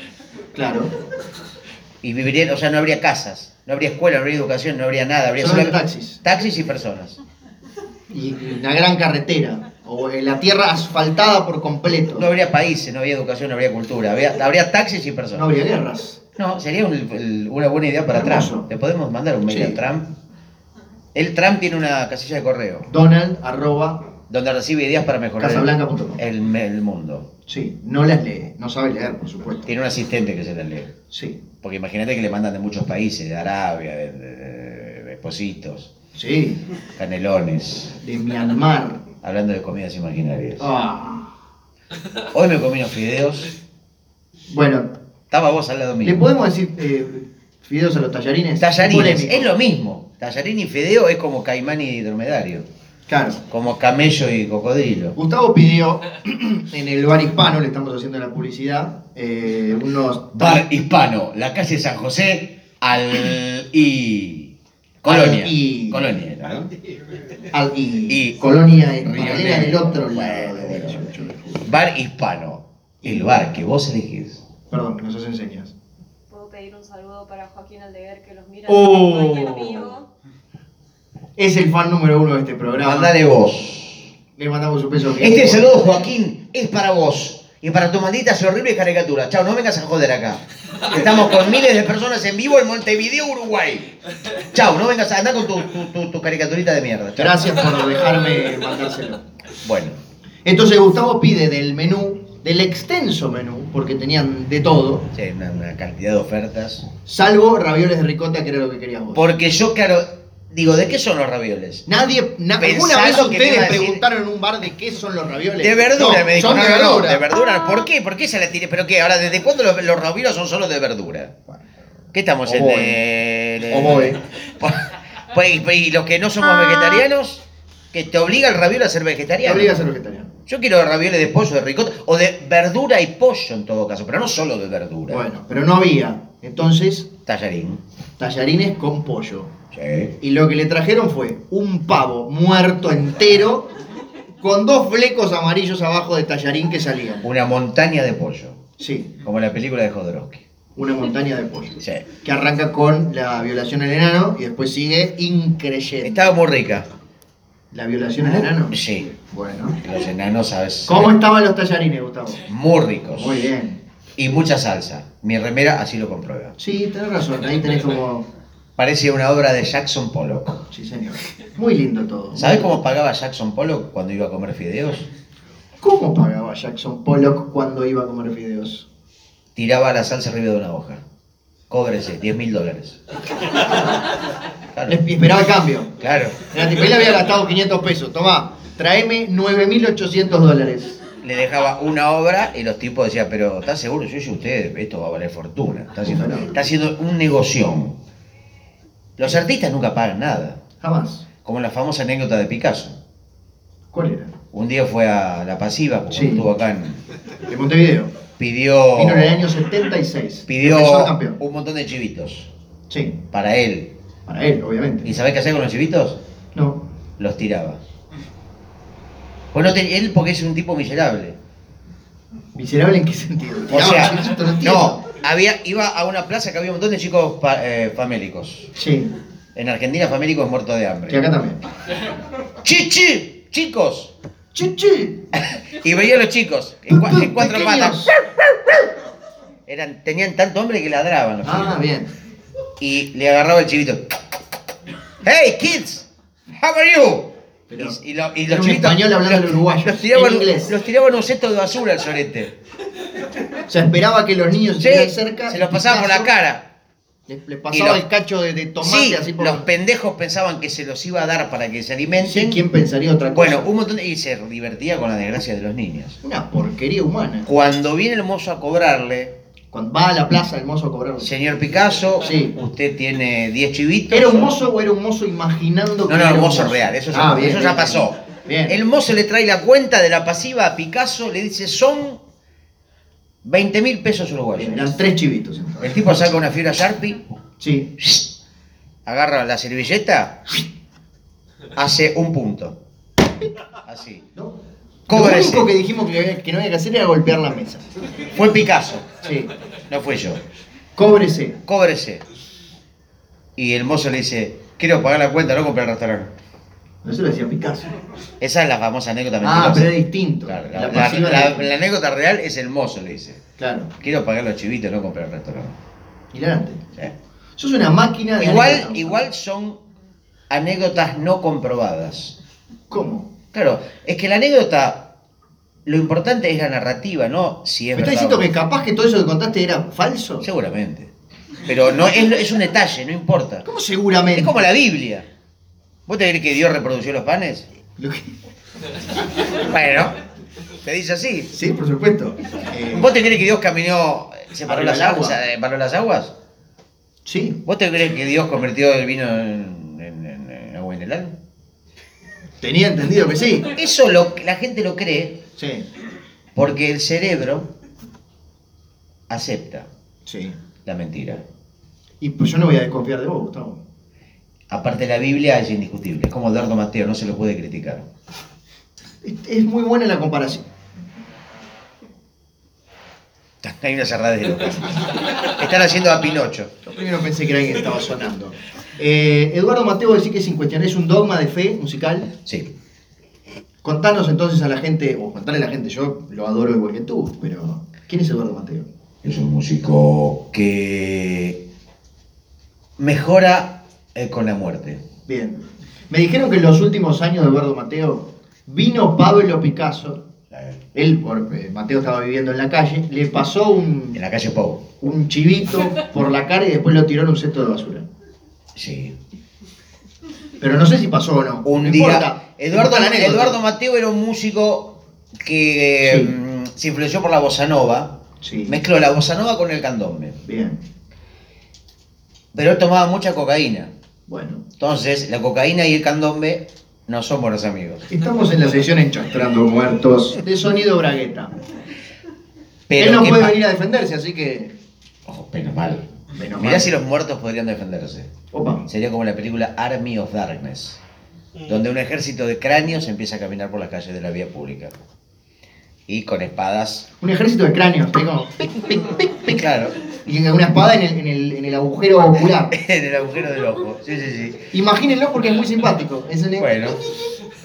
Claro, Y vivirían, o sea, no habría casas, no habría escuela, no habría educación, no habría nada. Habría Solo solamente- taxis. Taxis y personas. y y una gran carretera, o eh, la tierra asfaltada por completo. No habría países, no habría educación, no habría cultura. Habría, habría taxis y No personas. habría guerras. No, sería un- el- una buena idea para Hermoso. Trump. Le podemos mandar un mail Sí. a Trump. El Trump tiene una casilla de correo Donald, arroba, donde recibe ideas para mejorar el, casablanca.com. el- el mundo. Sí, no las lee, no sabe leer, por supuesto. Tiene un asistente que se la lee. Sí, Porque imagínate que le mandan de muchos países, de Arabia, de, de- de- de Positos, sí, Canelones, de Myanmar. hablando de comidas imaginarias. Ah. Hoy me comí unos fideos, Bueno, estaba vos al lado mío. ¿le podemos decir eh, fideos a los tallarines? Tallarines, Polémico. es lo mismo. Tallarín y fideo es como caimán y dromedario, Claro. como camello y cocodrilo. Gustavo pidió en el bar hispano, le estamos haciendo la publicidad, eh, unos Bar Hispano, la calle San José al y Colonia. Al y- Colonia, era, ¿no? al- y, Y- colonia en Río paralela del Negro. otro lado. Bueno, Bar Hispano, el bar que vos elegís. Perdón, que nos hacen señas. Puedo pedir un saludo para Joaquín Aldeguer que los mira Oh. desde España en vivo. Es el fan número uno de este programa. Mandale vos. Le mandamos un beso. Este saludo, Joaquín, es para vos. Y para tu maldita y horrible caricatura. Chao, no vengas a joder acá. Estamos con miles de personas en vivo en Montevideo, Uruguay. Chao, no vengas a andar con tu, tu- tu- tu caricaturita de mierda. Chau. Gracias por dejarme mandárselo. Bueno, Entonces Gustavo pide del menú, del extenso menú, porque tenían de todo, sí, una- una cantidad de ofertas. salvo ravioles de ricota, que era lo que queríamos. Porque yo, claro, digo, ¿de qué son los ravioles? Nadie, na- Pensando ¿alguna vez que me ustedes iba a decir- preguntaron en un bar de qué son los ravioles? De verdura, No, me dijo. son no, de no, no, verdura. de verdura. ¿Por qué? ¿Por qué se la tiré? ¿Pero qué? Ahora, ¿desde cuándo los, los ravioles son solo de verdura? ¿Qué estamos en el- el- Oboe. Pues, y- pues, y los que no somos vegetarianos, que te obliga el raviol a ser Te vegetariano. obliga a ser vegetariano. Yo quiero ravioles de pollo, de ricota, o de verdura y pollo en todo caso, pero no solo de verdura. Bueno, pero no había. Entonces, Tallarín. tallarines con pollo. Sí. Y lo que le trajeron fue un pavo muerto entero con dos flecos amarillos abajo de tallarín que salían. Una montaña de pollo, Sí, como la película de Jodorowsky. una montaña de pollo. Sí. Que arranca con la violación al enano y después sigue increyente. Estaba muy rica. ¿La violación al enano? Sí. Bueno. Los enanos, ¿sabes? ¿Cómo estaban los tallarines, Gustavo? Muy ricos. Muy bien. Y mucha salsa. Mi remera así lo comprueba. Sí, tenés razón. Ahí tenés como... Parece una obra de Jackson Pollock. Sí, señor. Muy lindo todo. ¿Sabes cómo pagaba Jackson Pollock cuando iba a comer fideos? ¿Cómo pagaba Jackson Pollock cuando iba a comer fideos? Tiraba la salsa arriba de una hoja. Cóbrese, 10 mil dólares. Claro. Le- Esperaba el cambio. claro. Era tipo, él había gastado 500 pesos. Tomá, traeme 9.800 dólares. le dejaba una obra y los tipos decían, pero ¿estás seguro? Yo yo ustedes, esto va a valer fortuna. Está haciendo, está haciendo un negocio. Los artistas nunca pagan nada, Jamás. como la famosa anécdota de Picasso. ¿Cuál era? Un día fue a La Pasiva, porque Sí. estuvo acá en... De Montevideo. Pidió, Vino en el año 76. Defensor Oh. pidió campeón. un montón de chivitos Sí, para él. para él, obviamente. ¿Y sabés qué hacía con los chivitos? No. los tiraba. Pues no te- él porque es un tipo miserable. ¿Miserable en qué sentido? O Tiraba sea, chiquito, entiendo. no, había, iba a una plaza que había un montón de chicos pa- eh, famélicos. Sí, En Argentina famélicos muerto de que acá hambre. también. ¡Chichi! ¡Chicos! ¡Chichi! Y veía a los chicos, en, cua- en cuatro Pequeños. patas. Eran, tenían tanto hambre que ladraban los Ah, chicos. bien. Y le agarraba el chivito. ¡Hey, kids! ¿How are you? Pero- y, y lo- y era los un chivitos- español hablando los- en uruguayo, Los tiraba, en inglés. los tiraba en un cesto de basura al sorete. O sea, esperaba que los niños Sí, estuvieran cerca. se los pasaba por la Picasso cara. Les, les pasaba Y los- el cacho de, de tomate Sí, así por los pendejos pensaban que se los iba a dar para que se Sí, alimenten. ¿Quién pensaría otra cosa? bueno, un montón de... Y se divertía con las desgracias de los niños. Una porquería humana. Cuando viene el mozo a cobrarle, Cuando va a la plaza el mozo a cobrar. señor Picasso, Sí. usted tiene 10 chivitos. ¿Era un mozo o era un mozo imaginando que No, no, era el un mozo real, eso, ya- Ah, bien, eso bien, ya pasó. Bien. El mozo le trae la cuenta de la pasiva a Picasso, le dice, son 20 mil pesos Bien, uruguayos. Eran tres chivitos entonces. El tipo saca una fibra Sharpie, Sí. agarra la servilleta, hace un punto. Así. ¿No? Lo Cobra único ese. que dijimos que, había- que no había que hacer era golpear la mesa. Fue Picasso, Sí. no fue yo. Cóbrese. Cóbrese. Y el mozo le dice, quiero pagar la cuenta, no compré el restaurante. Eso lo decía Picasso. Esa es la famosa anécdota Ah, mentirosa. pero era distinto. Claro, la, la, la- pasiva la- era- la anécdota real es el mozo, le dice. Claro. Quiero pagar los chivitos, no compré el restaurante. Hilarante. ¿Eh? Sos una máquina de. Igual, anécdotas. igual son anécdotas no comprobadas. ¿Cómo? Claro, es que la anécdota, lo importante es la narrativa, no si es ¿Me estás verdad diciendo o que no. capaz que todo eso que contaste era falso? Seguramente. Pero no, es, es un detalle, no importa. ¿Cómo seguramente? Es como la Biblia. ¿Vos te crees que Dios reprodució los panes? Lo que- Bueno, te dice así. Sí, por supuesto. Eh, ¿Vos te crees que Dios caminó, separó Arriba las del aguas? agua. separó las aguas? Sí, ¿Vos te crees que Dios convirtió el vino en, en- en- en agua mineral? tenía entendido que sí. Eso lo, la gente lo cree Sí, porque el cerebro acepta sí. la mentira. Y pues yo no voy a desconfiar de vos, Gustavo. Aparte la Biblia es indiscutible, es como Eduardo Mateo, no se lo puede criticar. Es- Es muy buena la comparación. Hay una cerrada de locos. Están haciendo a Pinocho. Yo primero pensé que era alguien que estaba sonando. Eh, Eduardo Mateo decir que es incuestionable, es un dogma de fe musical. Sí. Contanos entonces a la gente, o contale a la gente, yo lo adoro igual que tú, pero ¿quién es Eduardo Mateo? Es un músico que mejora eh, con la muerte. Bien. Me dijeron que en los últimos años de Eduardo Mateo vino Pablo Picasso, él, por, eh, Mateo estaba viviendo en la calle, le pasó un, En la calle Pau. un chivito por la cara y después lo tiró en un cesto de basura. Sí. Pero no sé si pasó o no. Un No día. importa. Eduardo, No importa la anécdota. Eduardo Mateo era un músico que Sí. mm, se influenció por la bossa nova. Sí. Mezcló la bossa nova con el candombe. Bien. Pero él tomaba mucha cocaína. Bueno. Entonces, la cocaína y el candombe no son buenos amigos. Estamos en la sección Enchastrando Muertos de Sonido Bragueta. Pero Él no ¿qué puede pa- venir a defenderse, así que. Ojo, menos mal. Menos Mirá mal. si los muertos podrían defenderse. Opa. Sería como la película Army of Darkness, donde un ejército de cráneos empieza a caminar por las calles de la vía pública. Y con espadas. Un ejército de cráneos, ¿sí? Como- Claro. y una espada en el, en el- en el agujero ocular. En el agujero del ojo. Sí, sí, sí. Imagínenlo porque es muy simpático. Es el- Bueno,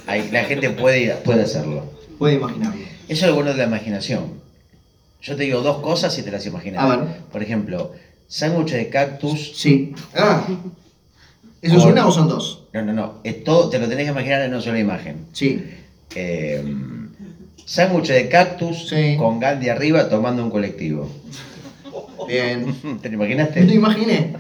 ahí la gente puede, puede hacerlo. Puede imaginarlo. Eso es lo bueno de la imaginación. Yo te digo dos cosas y te las imaginas. A ver. Por ejemplo, sándwich de cactus. Sí. Ah. ¿Eso es Por- una o son dos? No, no, no. Es todo, te lo tenés que imaginar en una sola imagen. Sí. Eh, sándwich de cactus Sí. con Gandhi arriba tomando un colectivo. Bien. ¿Te lo Te imaginaste? imaginé.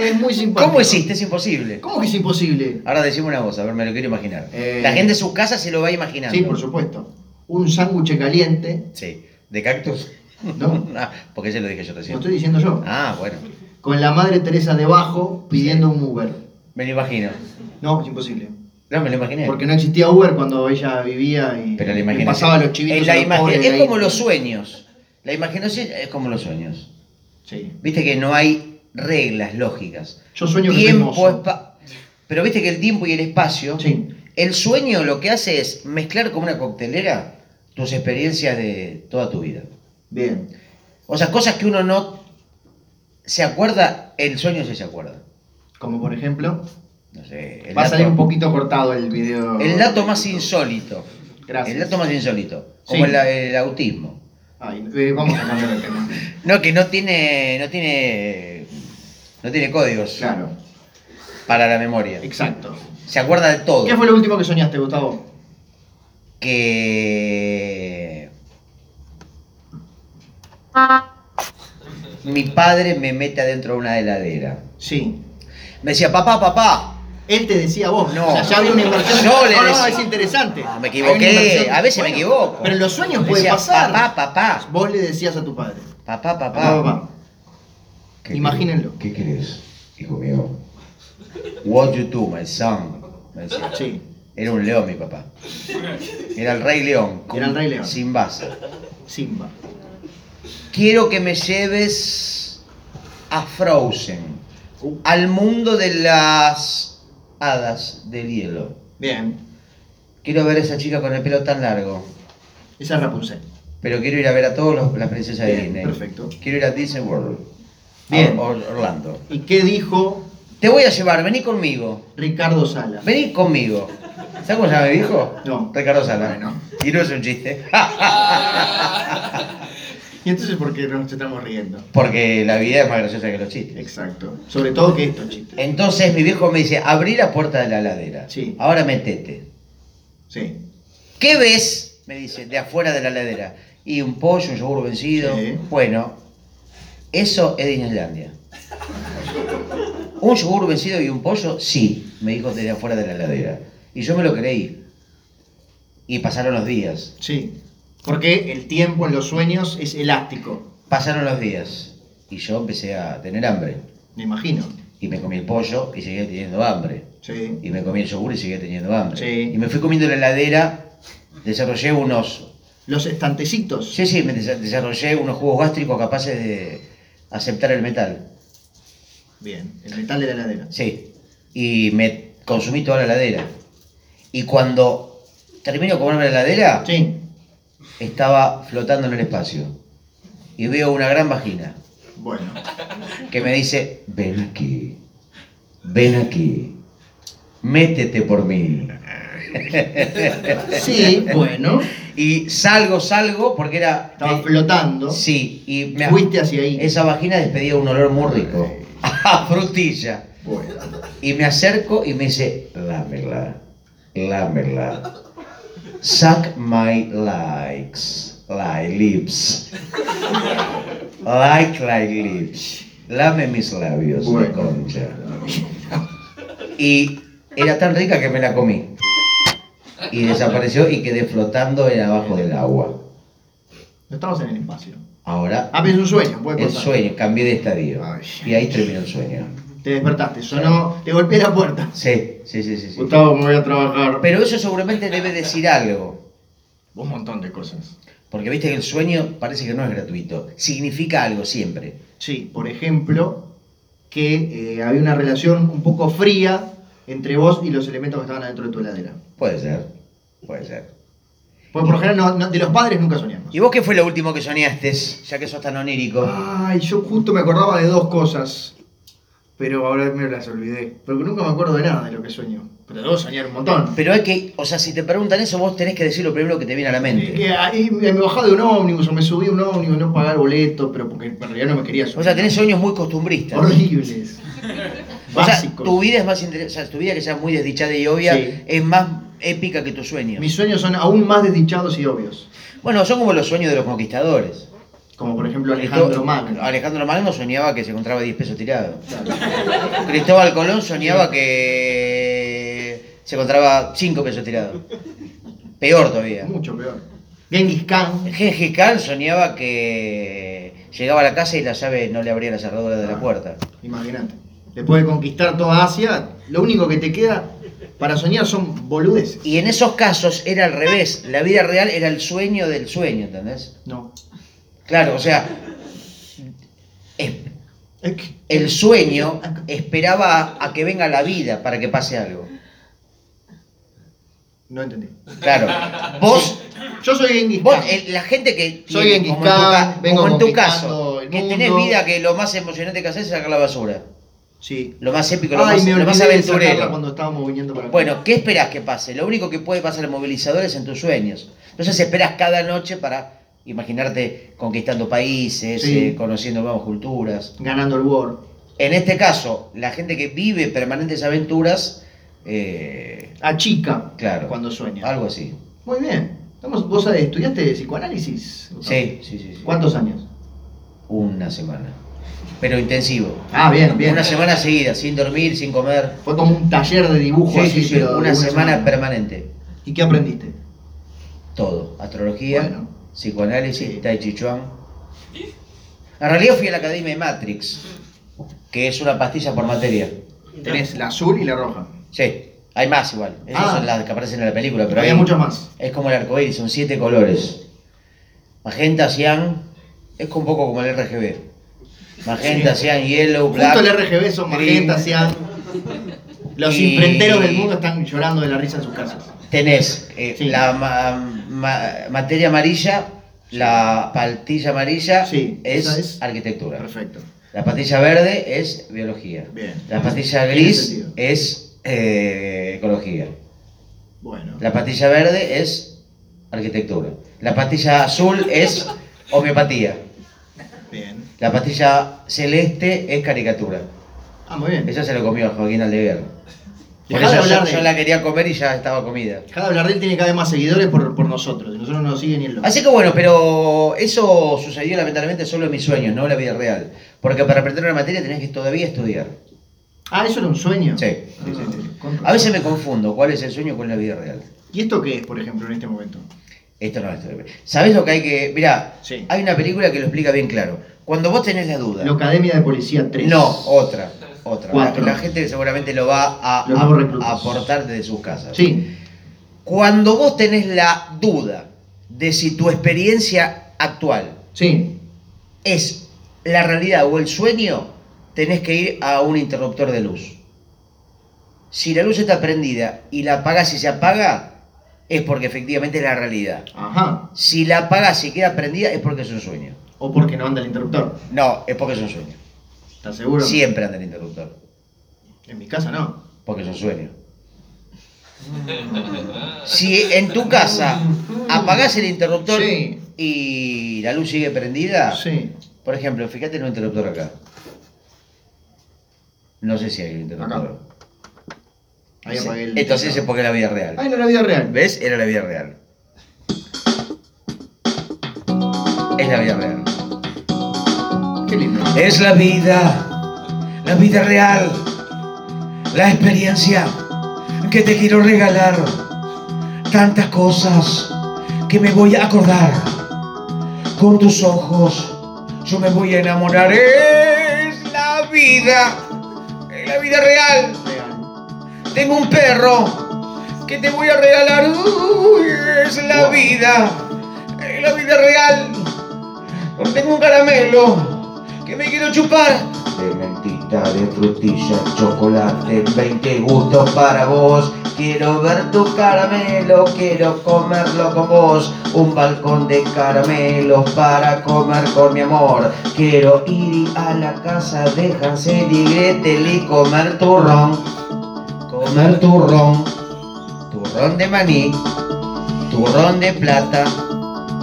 Es muy simpático. ¿Cómo hiciste? Es imposible. ¿Cómo que es imposible? Ahora decime una voz, a ver, me lo quiero imaginar. Eh. La gente en su casa se lo va imaginando. Sí, por supuesto. un sándwich caliente, Sí. ¿De cactus? ¿no? Ah, porque ese lo dije yo recién. Lo estoy diciendo yo. Ah, bueno. Con la madre Teresa debajo pidiendo un Uber. Me lo imagino. No, es imposible. No, me lo imaginé. Porque no existía Uber cuando ella vivía y Pero la le imaginación- pasaba los chivitos. En la a los imagi- pobres de es ahí. como los sueños. La imaginación es como los sueños. Sí. Viste que no hay reglas lógicas. Yo sueño que soy tiempo, mozo. espa- Pero viste que el tiempo y el espacio. Sí. El sueño lo que hace es mezclar como una coctelera tus experiencias de toda tu vida. Bien. O sea, cosas que uno no se acuerda, el sueño sí se acuerda. Como por ejemplo. No sé, el va a dato- salir un poquito cortado el video. El dato más insólito. Gracias. El dato más insólito. Como Sí. el, el autismo. Ay, eh, vamos a cambiar de tema. No, que no tiene. no tiene. no tiene códigos Claro. para la memoria. Exacto. Se acuerda de todo. ¿Qué fue lo último que soñaste, Gustavo? que mi padre me mete adentro de una heladera. Sí. Me decía, papá, papá. Él te decía a vos. No. O sea, ya había una inversión. Yo le no, no, decía- es interesante. Ah, me Hay una equivoqué. inversión. A veces me equivoco. Pero en los sueños Me puede decía, pasar. Papá, papá. Vos le decías a tu padre. Papá, Papá, papá. papá. Imagínenlo. ¿Qué querés, hijo mío? What you do, my son. Me decía. Sí. Era un león mi papá. Era el rey león. Era el Rey León. Sin base. Simba. Quiero que me lleves a Frozen, Uh. al mundo de las hadas del hielo. Bien. Quiero ver a esa chica con el pelo tan largo, Esa es Rapunzel. pero quiero ir a ver a todas las princesas de Bien, Disney. perfecto. Quiero ir a Disney World. Bien. A Or- Orlando. ¿Y qué dijo Te voy a llevar, vení conmigo. Ricardo Sala? Vení conmigo. ¿Sabes cómo se llama mi hijo? No. Ricardo Sala. Bueno. Y no es un chiste. Ah, ¿Y entonces por qué nos estamos riendo? Porque la vida es más graciosa que los chistes. Exacto. Sobre todo que esto, chiste. Entonces mi viejo me dice, abrí la puerta de la ladera. Sí. Ahora metete. Sí. ¿Qué ves? Me dice, de afuera de la ladera. Y un pollo, un yogur vencido. Sí. Bueno, eso es Disneylandia. ¿Un yogur vencido y un pollo? Sí, me dijo desde afuera de la ladera. Y yo me lo creí. Y pasaron los días. Sí. Porque el tiempo en los sueños es elástico. Pasaron los días. Y yo empecé a tener hambre. Me imagino. Y me comí el pollo y seguía teniendo hambre. Sí. Y me comí el yogur y seguía teniendo hambre. Sí. Y me fui comiendo la heladera, desarrollé unos. Los estantecitos. Sí, sí, me desa- desarrollé unos jugos gástricos capaces de aceptar el metal. Bien. El metal de la heladera. Sí. Y me consumí toda la heladera. Y cuando termino de comerme la heladera, Sí. estaba flotando en el espacio. Y veo una gran vagina Bueno. que me dice, ven aquí, ven aquí, métete por mí. Sí, bueno. Y salgo, salgo, porque era... eh, Estaba flotando. Sí, y me Fuiste hacia ahí. Esa vagina despedía un olor muy rico. A frutilla. Bueno. Y me acerco y me dice, lámela, lámela. Suck my likes, like lips. Like, like lips. Lame mis labios de Bueno. concha. Y era tan rica que me la comí. Y desapareció y quedé flotando en abajo del agua. No estamos en el espacio. Ahora Ah, pero es un sueño. Puede el pasar. sueño, cambié de estadio. Ay. Y ahí terminó el sueño. Te despertaste. Sonó. Te golpeé la puerta. Sí, sí, sí, sí. sí. Gustavo, me voy a trabajar. Pero eso seguramente debe decir algo. Un montón de cosas. Porque viste que el sueño parece que no es gratuito. Significa algo siempre. Sí, por ejemplo, que eh, había una relación un poco fría entre vos y los elementos que estaban adentro de tu heladera. Puede ser. Puede ser. Porque por lo general no- no- de los padres nunca soñamos. ¿Y vos qué fue lo último que soñaste? Ya que sos tan onírico. Ay, yo justo me acordaba de dos cosas, pero ahora me las olvidé. Porque nunca me acuerdo de nada de lo que sueño. Pero debo soñar un montón. Pero hay que, o sea, si te preguntan eso, vos tenés que decir lo primero que te viene a la Eh, mente. Que ahí me me bajaba de un ómnibus o me subí a un ómnibus, no pagar boleto, pero porque en realidad no me quería subir. O sea, tenés sueños muy costumbristas. horribles. O sea, Básicos. tu vida es más interesante, tu vida que sea muy desdichada y obvia, Sí. es más épica que tus sueños. Mis sueños son aún más desdichados y obvios. Bueno, son como los sueños de los conquistadores. Como por ejemplo Alejandro Cristo- Magno. Alejandro Magno soñaba que se encontraba 10 pesos tirado. Claro. Cristóbal Colón soñaba que se encontraba 5 pesos tirado. Peor todavía. Mucho peor. Genghis Khan. Gengis Khan soñaba que llegaba a la casa y la llave no le abría la cerradura de Ah. la puerta. Imagínate. Después de conquistar toda Asia, lo único que te queda para soñar son boludeces. Y en esos casos era al revés. La vida real era el sueño del sueño, ¿entendés? No. Claro, o sea, es- Es que- el sueño esperaba a, a que venga la vida para que pase algo. No entendí. Claro. Vos, Yo soy Genghis vos, Khan. el- la gente que Soy tiene, Genghis como en tu, Khan, ca- vengo como en tu conquistando caso, el que tenés mundo. vida que lo más emocionante que haces es sacar la basura. Sí. Lo más épico, lo, Ay, más, me lo más olvidé de sacarla aventurero. cuando estábamos viniendo para acá. Bueno, ¿qué esperás que pase? Lo único que puede pasar en movilizadores en tus sueños. Entonces esperás cada noche para imaginarte conquistando países, Sí. eh, conociendo nuevas culturas. Ganando el World. En este caso, la gente que vive permanentes aventuras, eh, A chica. Claro. Cuando sueña. algo así. Muy bien. Estamos, ¿Vos sabés, estudiaste psicoanálisis? Sí, sí, sí. sí. ¿Cuántos años? Una semana. Pero intensivo. Ah, bien, bien. Una semana seguida, sin dormir, sin comer. Fue como un taller de dibujo. Sí, así, sí, sí, pero de Una semana permanente. ¿Y qué aprendiste? Todo. Astrología, Bueno. psicoanálisis, Sí. Tai Chi Chuan. En realidad fui a la Academia de Matrix, que es una pastilla por materia. Tenés la azul y la roja. Sí, hay más igual. Esas Ah. son las que aparecen en la película, pero Pero había hay- muchas más. Es como el arco iris, son siete colores. Magenta, cian, es un poco como el RGB. Magenta, Sí. cian, yellow, black. Justo el RGB son green. magenta, sean. Los Y- imprenteros del mundo están llorando de la risa en sus casas. Tenés eh, Sí. la ma- ma- materia amarilla, la pastilla amarilla Sí, es, esa es. arquitectura. Perfecto. La pastilla verde es biología. Bien. La pastilla Tiene gris sentido. es eh, ecología. Bueno. La pastilla verde es arquitectura. La pastilla azul es homeopatía. Bien. La pastilla celeste es caricatura. Ah, muy bien. Esa se lo comió Joaquín Aldeguer. Por Dejá de eso yo, hablar de- yo la quería comer y ya estaba comida. Cada hablar de él tiene cada vez más seguidores por, por nosotros. y Nosotros no nos siguen ni el loco. Así que bueno, pero eso sucedió lamentablemente solo en mis sueños, no en la vida real. Porque para aprender una materia tenés que todavía estudiar. Ah, eso era un sueño. Sí, sí, Ah, sí, sí. con razón. A veces me confundo cuál es el sueño y cuál es la vida real. ¿Y esto qué es, por ejemplo, en este momento? Esto no es terrible. ¿Sabés lo que hay que.? Mirá, Sí. hay una película que lo explica bien claro. Cuando vos tenés la duda. La Academia de Policía 3. No, otra. Otra. Cuatro. La gente seguramente lo va a, Los a- nuevos reclutas. a aportar desde sus casas. Sí. Cuando vos tenés la duda de si tu experiencia actual Sí. es la realidad o el sueño, tenés que ir a un interruptor de luz. Si la luz está prendida y la apagás y se apaga, es porque efectivamente es la realidad. Ajá. Si la apagás y queda prendida, es porque es un sueño. O porque no anda el interruptor. No, es porque es un sueño. ¿Estás seguro? Siempre anda el interruptor, En mi casa no. porque es un sueño. Si en tu casa apagás el interruptor Sí. y la luz sigue prendida, Sí. Por ejemplo, fíjate en un interruptor acá. No sé si hay un interruptor. Ahí Sí. apagué el. Entonces es interruptor. porque era la vida real. Ah, en la vida real. ¿Ves? Era la vida real. Es la vida real. Qué lindo. Es la vida. La vida real. La experiencia que te quiero regalar. Tantas cosas que me voy a acordar. Con tus ojos yo me voy a enamorar. Es la vida. Es la vida real. Real. Tengo un perro que te voy a regalar. Uy, es la Wow. vida, es la vida real. Tengo un caramelo que me quiero chupar. De mentita, de frutilla, chocolate, 20 gustos para vos. Quiero ver tu caramelo, quiero comerlo con vos. Un balcón de caramelos para comer con mi amor. Quiero ir a la casa de Hansel y Gretel y comer turrón comer turrón, turrón de maní, turrón de plata,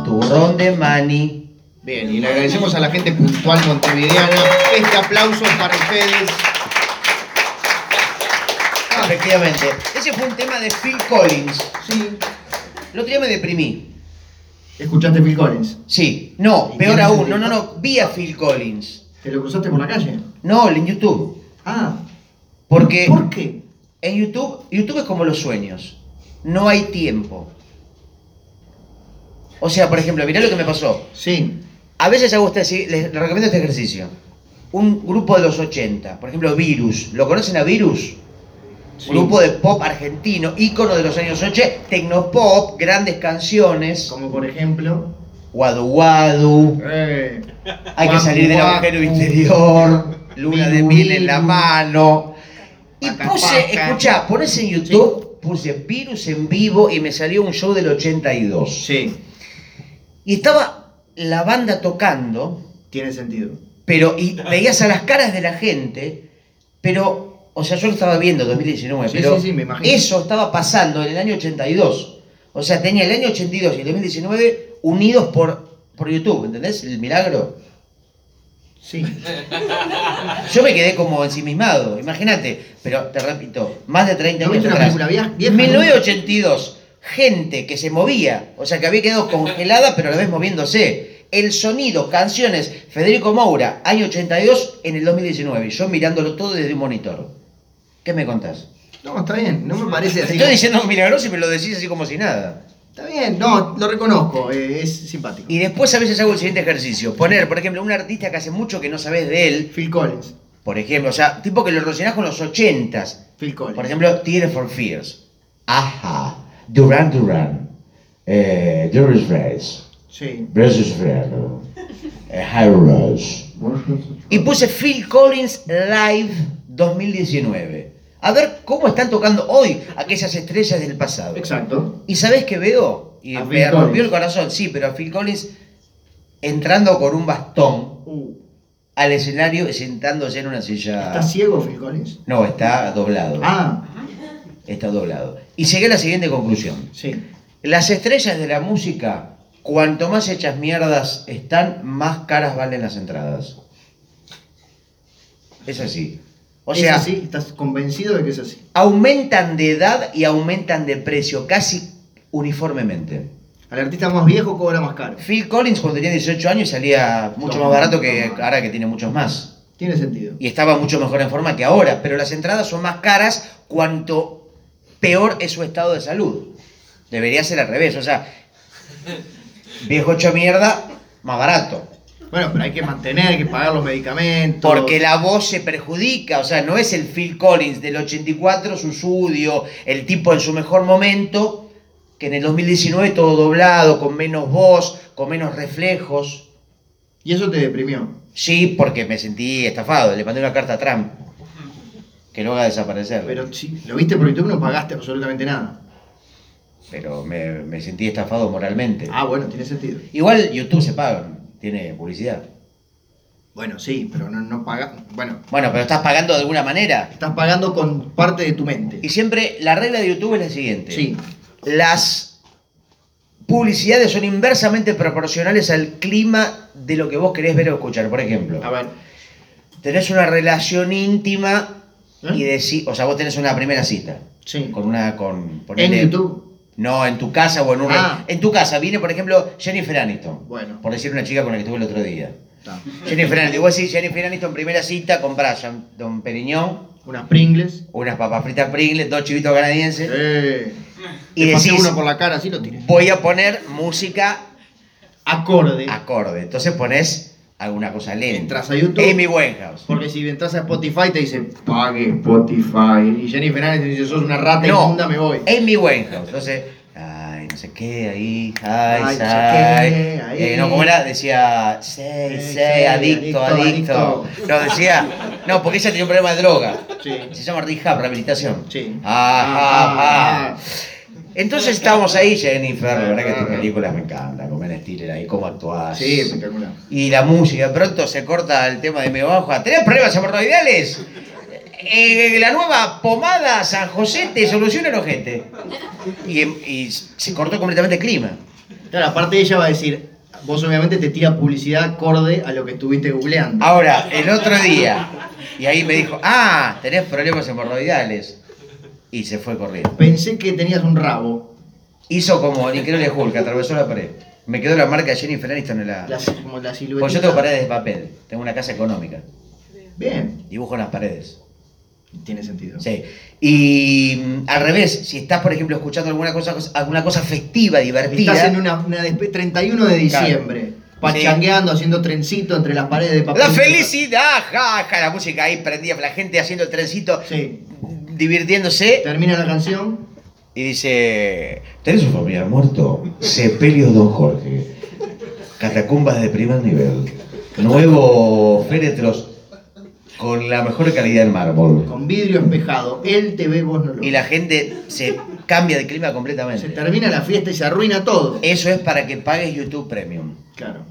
turrón de maní. Bien, y le agradecemos a la gente puntual montevideana este aplauso para ustedes. Efectivamente, ese fue un tema de Phil Collins. Sí. El otro día me deprimí. ¿Escuchaste Phil Collins? Sí, no, ¿Y peor quién es aún, el no, no, tipo? no, vi a Phil Collins. ¿Te lo cruzaste por la calle? No, en YouTube. Ah. Porque ¿Por qué? en YouTube, YouTube es como los sueños. No hay tiempo. O sea, por ejemplo, mirá lo que me pasó. Sí. A veces hago este, así- les les recomiendo este ejercicio. Un grupo de los 80, por ejemplo, Virus. ¿Lo conocen a Virus? sí. Grupo de pop argentino, ícono de los años 80, tecnopop, grandes canciones. Como por ejemplo. Guadu Guadu, eh, Hay que Guacu, salir del guacu. agujero interior, Luna de Bilu, miel en la bilu. mano. Y Paca, puse, paca. escuchá, pones en YouTube, puse Virus en vivo y me salió un show del 82. sí, Y estaba la banda tocando, tiene sentido. pero y veías a las caras de la gente, pero, o sea, yo lo estaba viendo 2019, Sí, pero sí, sí, me imagino. eso estaba pasando en el año 82. O sea, tenía el año 82 y el 2019 unidos por, por YouTube, ¿entendés? El milagro. Sí. Yo me quedé como ensimismado, imagínate, pero te repito, más de ¿No 30 años viste una atrás. película vieja? vieja? 1982, gente que se movía, o sea que había quedado congelada pero a la vez moviéndose. El sonido, canciones, Federico Moura, año 82 en el 2019, yo mirándolo todo desde un monitor. ¿Qué me contás? No, está bien, no me parece Te así. estoy diciendo milagroso y me lo decís así como si nada. Está bien, no, lo reconozco, eh, es simpático. Y después a veces hago el siguiente ejercicio, poner, por ejemplo, un artista que hace mucho que no sabés de él, Phil Collins. por ejemplo, o sea, tipo que lo relacionás con los 80s, Phil Collins. Por ejemplo, Tears for Fears. Ajá. Duran Duran. Eh, Doris Reyes. Sí. Versus Fernando. Eh, High Rose. Y puse Phil Collins Live 2019. A ver cómo están tocando hoy aquellas estrellas del pasado. Exacto. ¿Y sabés qué veo? Y A me Phil rompió Collins. el corazón, sí, pero a Phil Collins entrando con un bastón Uh, al escenario y sentándose en una silla. ¿Está ciego Phil Collins? No, está doblado. Ah, Está doblado. Y llegué a la siguiente conclusión. sí. Las estrellas de la música, cuanto más hechas mierdas están, más caras valen las entradas. Es así. O sea, ¿Es así? ¿Estás convencido de que es así? aumentan de edad y aumentan de precio, casi uniformemente. Al artista más viejo cobra más caro. Phil Collins cuando tenía 18 años salía mucho más barato que ahora que tiene muchos más. Tiene sentido. y estaba mucho mejor en forma que ahora, pero las entradas son más caras cuanto peor es su estado de salud. Debería ser al revés, o sea, viejo hecho mierda, más barato. Bueno, pero hay que mantener, hay que pagar los medicamentos. Porque la voz se perjudica, o sea, no es el Phil Collins del 84, susudio, el tipo en su mejor momento, que en el 2019 todo doblado, con menos voz, con menos reflejos. Y eso te deprimió. Sí, porque me sentí estafado, le mandé una carta a Trump, que lo haga desaparecer. Pero sí, lo viste por YouTube, no pagaste absolutamente nada. pero me, me sentí estafado moralmente. Ah, bueno, tiene sentido. Igual YouTube se paga, tiene publicidad. Bueno, sí, pero no, no pagas. Bueno, Bueno, pero estás pagando de alguna manera. estás pagando con parte de tu mente. Y siempre la regla de YouTube es la siguiente. Sí, Las publicidades son inversamente proporcionales al clima de lo que vos querés ver o escuchar. Por ejemplo, a ver. tenés una relación íntima ¿Eh? y decís, o sea, vos tenés una primera cita Sí. con una con En ponele- YouTube. No, en tu casa o en un Ah. en tu casa viene, por ejemplo, Jennifer Aniston. Bueno. Por decir una chica con la que estuve el otro día. está. Jennifer Aniston, vos decís Jennifer Aniston, primera cita, comprás Jean- Don Periñón, Unas Pringles. unas papas fritas Pringles, dos chivitos canadienses, Eh. y Te pasé decís, uno por la cara, así lo tiré. voy a poner música Acorde. acorde. Entonces pones alguna cosa lenta. Entras a YouTube. Amy Winehouse. Porque si entras a Spotify te dice, pague Spotify. Y Jennifer Aniston dice, sos una rata No. inmunda, me voy. Amy Winehouse. Entonces, ay, no sé qué, ahí, ay, Ay, no sé ay. qué, ahí. Eh, no, como era, decía, sei, Sí, sei, sí, adicto, adicto, adicto, No, decía, no, porque ella tenía un problema de droga. Sí. Se llama rehab, rehabilitación. Sí. Ajá, Ah, ajá. Entonces estábamos ahí, Jennifer, la verdad que tus Ah. películas me encantan, con Ben Stiller ahí, cómo actuás. Sí, espectacular. Y la música, de pronto se corta el tema de me baja. ¿Tenés problemas hemorroidales? Eh, la nueva pomada San José te soluciona el ojete. Y, y se cortó completamente el clima. Claro, aparte ella va a decir, vos obviamente te tira publicidad acorde a lo que estuviste googleando. Ahora, el otro día, y ahí me dijo, ah, tenés problemas hemorroidales. Y se fue corriendo. Pensé que tenías un rabo. Hizo como Increíble Hulk, atravesó la pared. Me quedó la marca de Jennifer Aniston en la... La, si- como la silueta. Pues yo tengo paredes de papel, tengo una casa económica. Bien. Dibujo en las paredes. Tiene sentido. Sí. Y mm, al revés, si estás, por ejemplo, escuchando alguna cosa, alguna cosa festiva, divertida. Estás en una, una despe- 31 de diciembre, pachangueando, haciendo trencito entre las paredes de papel. La felicidad, jaja, la música ahí prendida, la gente haciendo el trencito, Sí. divirtiéndose. Termina la canción. Y dice, ¿tenés un familiar muerto? Sepelio Don Jorge. Catacumbas de primer nivel. Nuevo féretros con la mejor calidad del mármol. Con vidrio espejado. Él te ve, vos no lo Y la gente se cambia de clima completamente. Se termina la fiesta y se arruina todo. Eso es para que pagues YouTube Premium. Claro.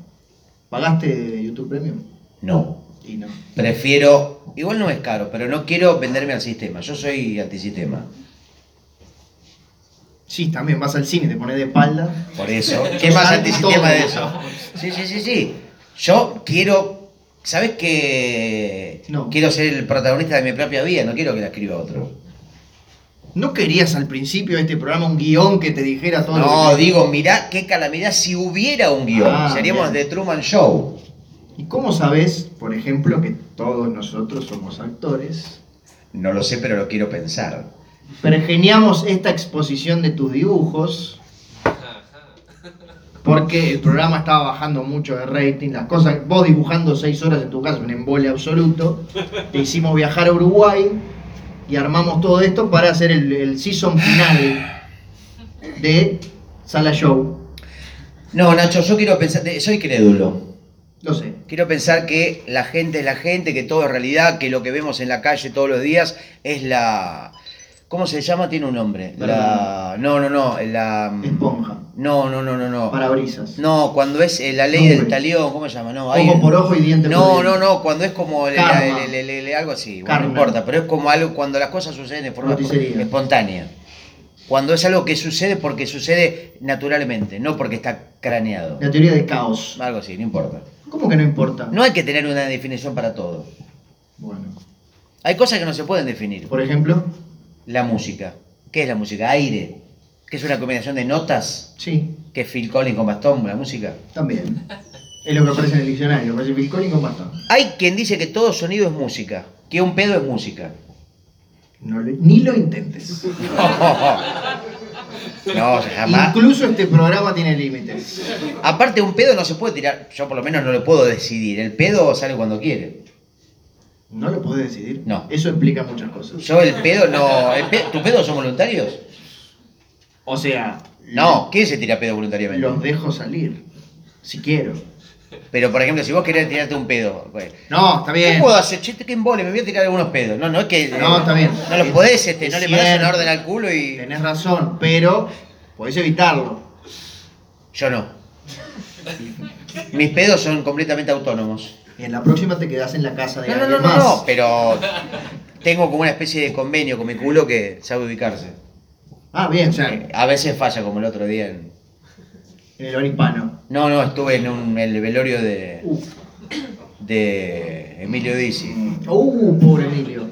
¿Pagaste YouTube Premium? No. Y no. Prefiero, igual no es caro, pero no quiero venderme al sistema. Yo soy antisistema. Sí, también vas al cine, te pones de espalda. Por eso. ¿Qué más antisistema de eso? Sí, sí, sí, sí. Yo quiero. ¿Sabes qué? No. Quiero ser el protagonista de mi propia vida, no quiero que la escriba otro. ¿No querías al principio de este programa un guión que te dijera todo lo No, que- digo, mirá qué calamidad si hubiera un guión. Ah, Seríamos de bien. Truman Show. ¿Y cómo sabes, por ejemplo, que todos nosotros somos actores? No lo sé, pero lo quiero pensar. Pergeniamos esta exposición de tus dibujos. Porque el programa estaba bajando mucho de rating, las cosas, vos dibujando seis horas en tu casa, un embole absoluto, te hicimos viajar a Uruguay y armamos todo esto para hacer el, el season final de Sala Show. No, Nacho, yo quiero pensar. Soy crédulo. Lo sé. Quiero pensar que la gente es la gente, que todo es realidad, que lo que vemos en la calle todos los días es la. ¿Cómo se llama? Tiene un nombre. La... No, no, no. La. Esponja. No, no, no, no, no. Parabrisas. No, cuando es eh, la ley Nube. del talión, ¿cómo se llama? No, hay- Ojo por ojo y diente no, por no, diente. no, cuando es como el- el- Karma. el- el- el- algo así, bueno, no Karma. importa, pero es como algo cuando las cosas suceden de forma Roticería. espontánea. Cuando es algo que sucede porque sucede naturalmente, no porque está craneado. La teoría de caos. Algo así, no importa. ¿Cómo que no importa? No hay que tener una definición para todo. Bueno. Hay cosas que no se pueden definir. Por ejemplo, La música. ¿Qué es la música? Aire. Que es una combinación de notas. sí, Que es Phil Collins con bastón, la música. también. Es lo que aparece en el diccionario, aparece Phil Collins con bastón. Hay quien dice que todo sonido es música. Que un pedo es música. No le- ni lo intentes. No, jamás. Incluso este programa tiene límites. Aparte, un pedo no se puede tirar. Yo por lo menos no lo puedo decidir. El pedo sale cuando quiere. No lo podés decidir. No. Eso explica muchas cosas. Yo el pedo no... el pe- ¿Tus pedos son voluntarios? O sea, No. ¿Quién se tira pedo voluntariamente? los dejo salir. Si quiero. Pero, por ejemplo, si vos querés tirarte un pedo... pues, No, está ¿Qué bien. puedo hacer? Che, que embole, me voy a tirar algunos pedos. No, no, es que... No, está bien. No los podés, este, Es no le mandás una cierto. orden al culo y... Tenés razón, pero podés evitarlo. Yo no. Mis pedos son completamente autónomos. Y en la próxima te quedás en la casa de No, no, alguien no, no, más. no, pero tengo como una especie de convenio con mi culo que sabe ubicarse. Ah, bien, o sea, en A veces falla como el otro día. en- el oripano. No, no, estuve en un, en el velorio de, Uh, de Emilio Dizzi. uh, pobre Emilio.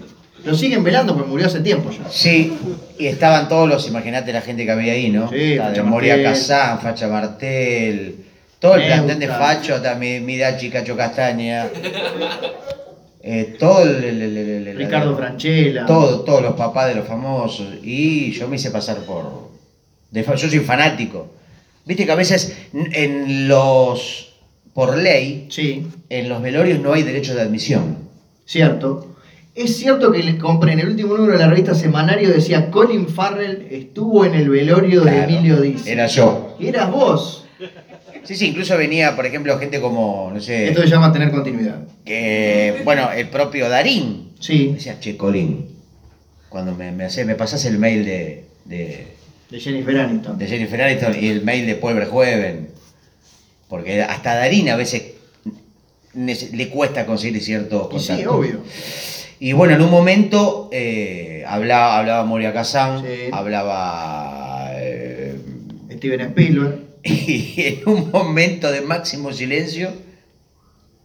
Lo siguen velando porque murió hace tiempo ya. Sí, y estaban todos los, imagínate la gente que había ahí, ¿no? Sí, Estaba de Facha Moria Martel. Casán, Facha Martel, todo el plantel de Neuta. Facho, también Mirachi, Cacho Castaña, eh, todo el, el- el- el- el- Ricardo Franchella. todo, todos los papás de los famosos. Y yo me hice pasar por. de fa- yo soy fanático. Viste que a veces n- en los. por ley, Sí, en los velorios no hay derecho de admisión. cierto. Es cierto que le compré en el último número de la revista Semanario decía Colin Farrell estuvo en el velorio Claro, de Emilio Dizzy. Era yo. Eras vos. Sí, sí, incluso venía, por ejemplo, gente como, no sé, Esto se llama tener continuidad. que, bueno, el propio Darín. Me Sí, decía, che, Colín, cuando me, me, hace- me pasás el mail de, de, de Jennifer Aniston. de Jennifer Aniston y el mail de Paul Verhoeven. Porque hasta a Darín a veces nece- le cuesta conseguir cierto Y contacto. sí, obvio. Y bueno, en un momento eh, hablaba, hablaba Moria Kazan, Sí. hablaba... eh, Steven Spielberg. y en un momento de máximo silencio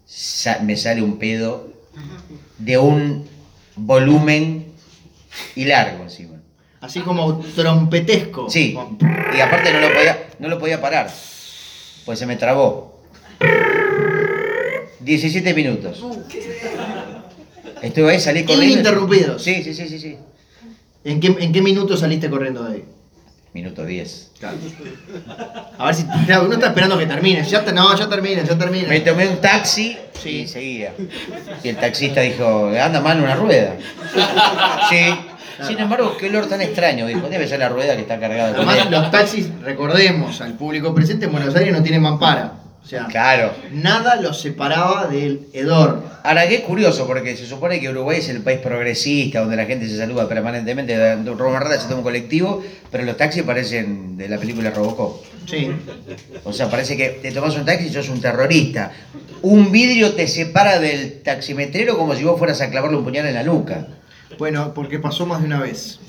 sa- me sale un pedo de un volumen y largo encima. Así como trompetesco. Sí. Con- Y aparte no lo podía, no lo podía parar. Pues se me trabó. 17 minutos. Estuve ahí, salí corriendo. Ininterrumpidos. Sí, sí, sí, sí, sí. ¿En qué, ¿En qué minuto saliste corriendo de ahí? Minuto 10. A ver si. Claro, uno está esperando que termine. Ya te- no, ya termina, ya termina. Me tomé un taxi Sí. y seguía. Y el taxista dijo, anda mal una rueda. Sí. Sin embargo, qué olor tan extraño, dijo. Debe ser la rueda que está cargada. de Además, comida". los taxis, recordemos al público presente, en Buenos Aires no tienen mampara. O sea, Claro. nada los separaba del hedor. Ahora, qué curioso, porque se supone que Uruguay es el país progresista, donde la gente se saluda permanentemente, dando una rueda, se toma un colectivo, pero los taxis parecen de la película Robocop. Sí. O sea, parece que te tomas un taxi y sos un terrorista. Un vidrio te separa del taximetrero como si vos fueras a clavarle un puñal en la nuca. Bueno, porque pasó más de una vez.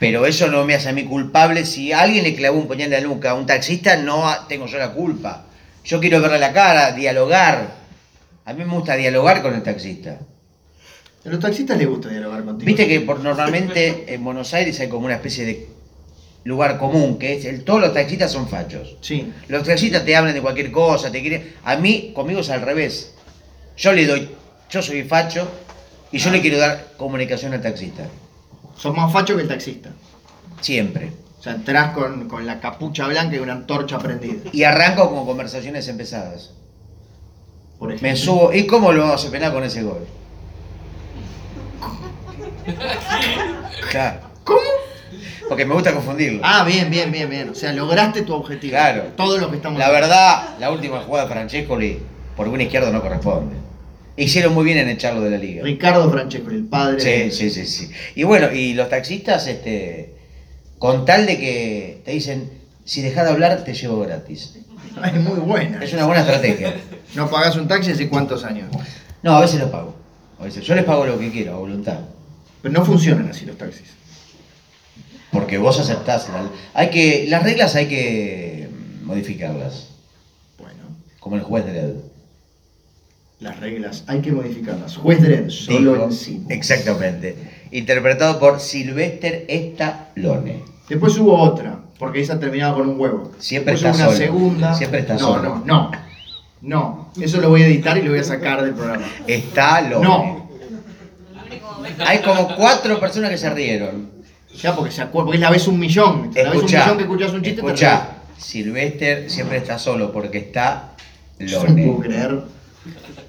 Pero eso no me hace a mí culpable. Si alguien le clavó un puñal en la nuca a un taxista, no a- tengo yo la culpa. Yo quiero verle la cara, dialogar. A mí me gusta dialogar con el taxista. A los taxistas les gusta dialogar contigo. Viste que por, normalmente en Buenos Aires hay como una especie de lugar común, que es el, todos los taxistas son fachos. Sí. Los taxistas te hablan de cualquier cosa, te quieren. A mí, conmigo es al revés. Yo le doy, yo soy facho y yo le quiero dar comunicación al taxista. Son más fachos que el taxista. Siempre. O sea, entrás con, con la capucha blanca y una antorcha prendida. Y arranco con conversaciones empezadas. Por Me subo. ¿Y cómo lo vamos a penar con ese gol? Claro. ¿Cómo? Porque me gusta confundirlo. Ah, bien, bien, bien, bien. O sea, lograste tu objetivo. Claro. Todo lo que estamos La verdad, la última jugada de Francescoli por un izquierdo no corresponde. Hicieron muy bien en echarlo de la liga. Ricardo Francesco, el padre. Sí, sí, sí, sí. Y bueno, y los taxistas, este, con tal de que te dicen, si dejas de hablar, te llevo gratis. Es muy buena. Es una buena estrategia. No pagás un taxi hace cuántos años. No, a veces los pago. A veces. Yo les pago lo que quiero, a voluntad. Pero no funcionan así los taxis. Porque vos aceptás. la- hay que, las reglas hay que modificarlas. Bueno, Como el juez de la las reglas hay que modificarlas. Juez Dredd, solo Dijo- en sí. Exactamente. Interpretado por Sylvester Stallone. Después hubo otra, porque esa terminaba con un huevo. Siempre Después está hubo una solo. segunda. Siempre está no, solo. No, no, no. Eso lo voy a editar y lo voy a sacar del programa. Stallone. No. Hay como cuatro personas que se rieron. Ya, porque se acuerda, porque es la vez un millón. La vez un Escuchá. millón que escuchas un chiste, te escuchá. reís. Sylvester siempre está solo porque está Yo no puedo Lone. creer.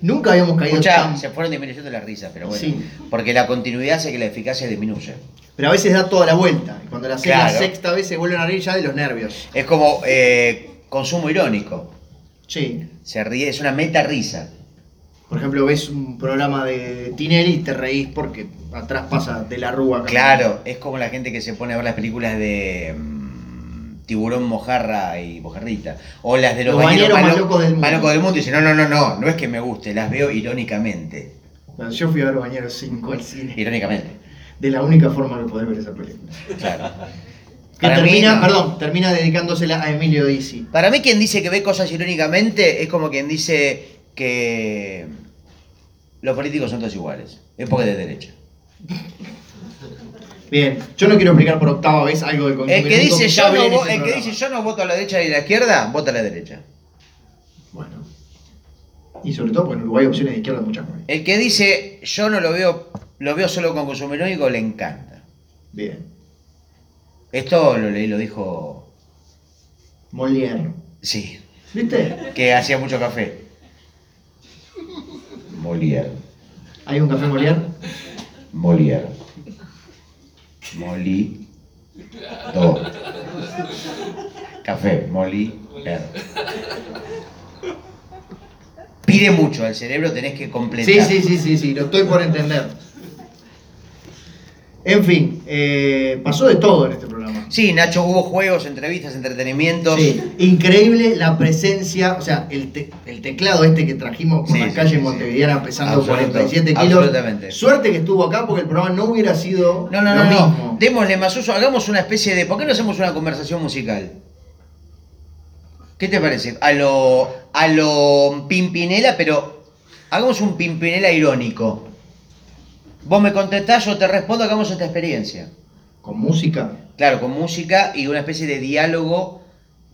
Nunca habíamos caído Escuchá, tan... se fueron disminuyendo las risas, pero bueno. Sí. Porque la continuidad hace que la eficacia disminuya. Pero a veces da toda la vuelta. Y Cuando la haces la Claro. sexta vez se vuelven a reír ya de los nervios. Es como eh, consumo irónico. Sí. Se ríe, es una meta risa. Por ejemplo, ves un programa de Tinelli y te reís porque atrás pasa de la rúa. Claro, es como la gente que se pone a ver las películas de mm, Tiburón Mojarra y Mojarrita. O las de los, Los bañeros más lo- locos del mundo. más locos del mundo. Y dice, no, no, no, no, no es que me guste, las veo irónicamente. Bueno, yo fui a ver Bañeros 5 al cine. Irónicamente, De la única forma que podés ver esa película. claro. Que Para mí termina, no. perdón, termina dedicándosela a Emilio Dizzi. Para mí quien dice que ve cosas irónicamente es como quien dice que los políticos son todos iguales. Es porque es de derecha. Bien, yo no quiero explicar por octava vez algo del El que, consumismo, dice ya yo, hablé no, en vo- este el que programa. dice yo no voto a la derecha ni a la izquierda, vota a la derecha. Bueno. Y sobre todo porque en Uruguay hay opciones de izquierda muchas más. El que dice yo no lo veo, lo veo solo con consumo irónico, le encanta. Bien. Esto lo leí, lo dijo. Molière. Sí, ¿Viste? que hacía mucho café. Molière. ¿Hay un café Molière? Molière. Moli. Do. Café. Molière. Pide mucho al cerebro, tenés que completar. Sí, sí, sí, sí, sí, lo estoy por entender. En fin, eh, pasó de todo en este programa. Sí, Nacho, hubo juegos, entrevistas, entretenimientos. Sí, increíble la presencia, o sea, el, te- el teclado este que trajimos por Sí, la sí, calle sí, sí. montevideana pesando Absoluto, 47 kilos. absolutamente. Suerte que estuvo acá porque el programa no hubiera sido No, no, lo no, mismo. no. Démosle más uso, hagamos una especie de. ¿Por qué no hacemos una conversación musical? ¿Qué te parece? A lo. a lo Pimpinela, pero. Hagamos un Pimpinela irónico. Vos me contestás, yo te respondo, hagamos esta experiencia. Con música, Claro, con música y una especie de diálogo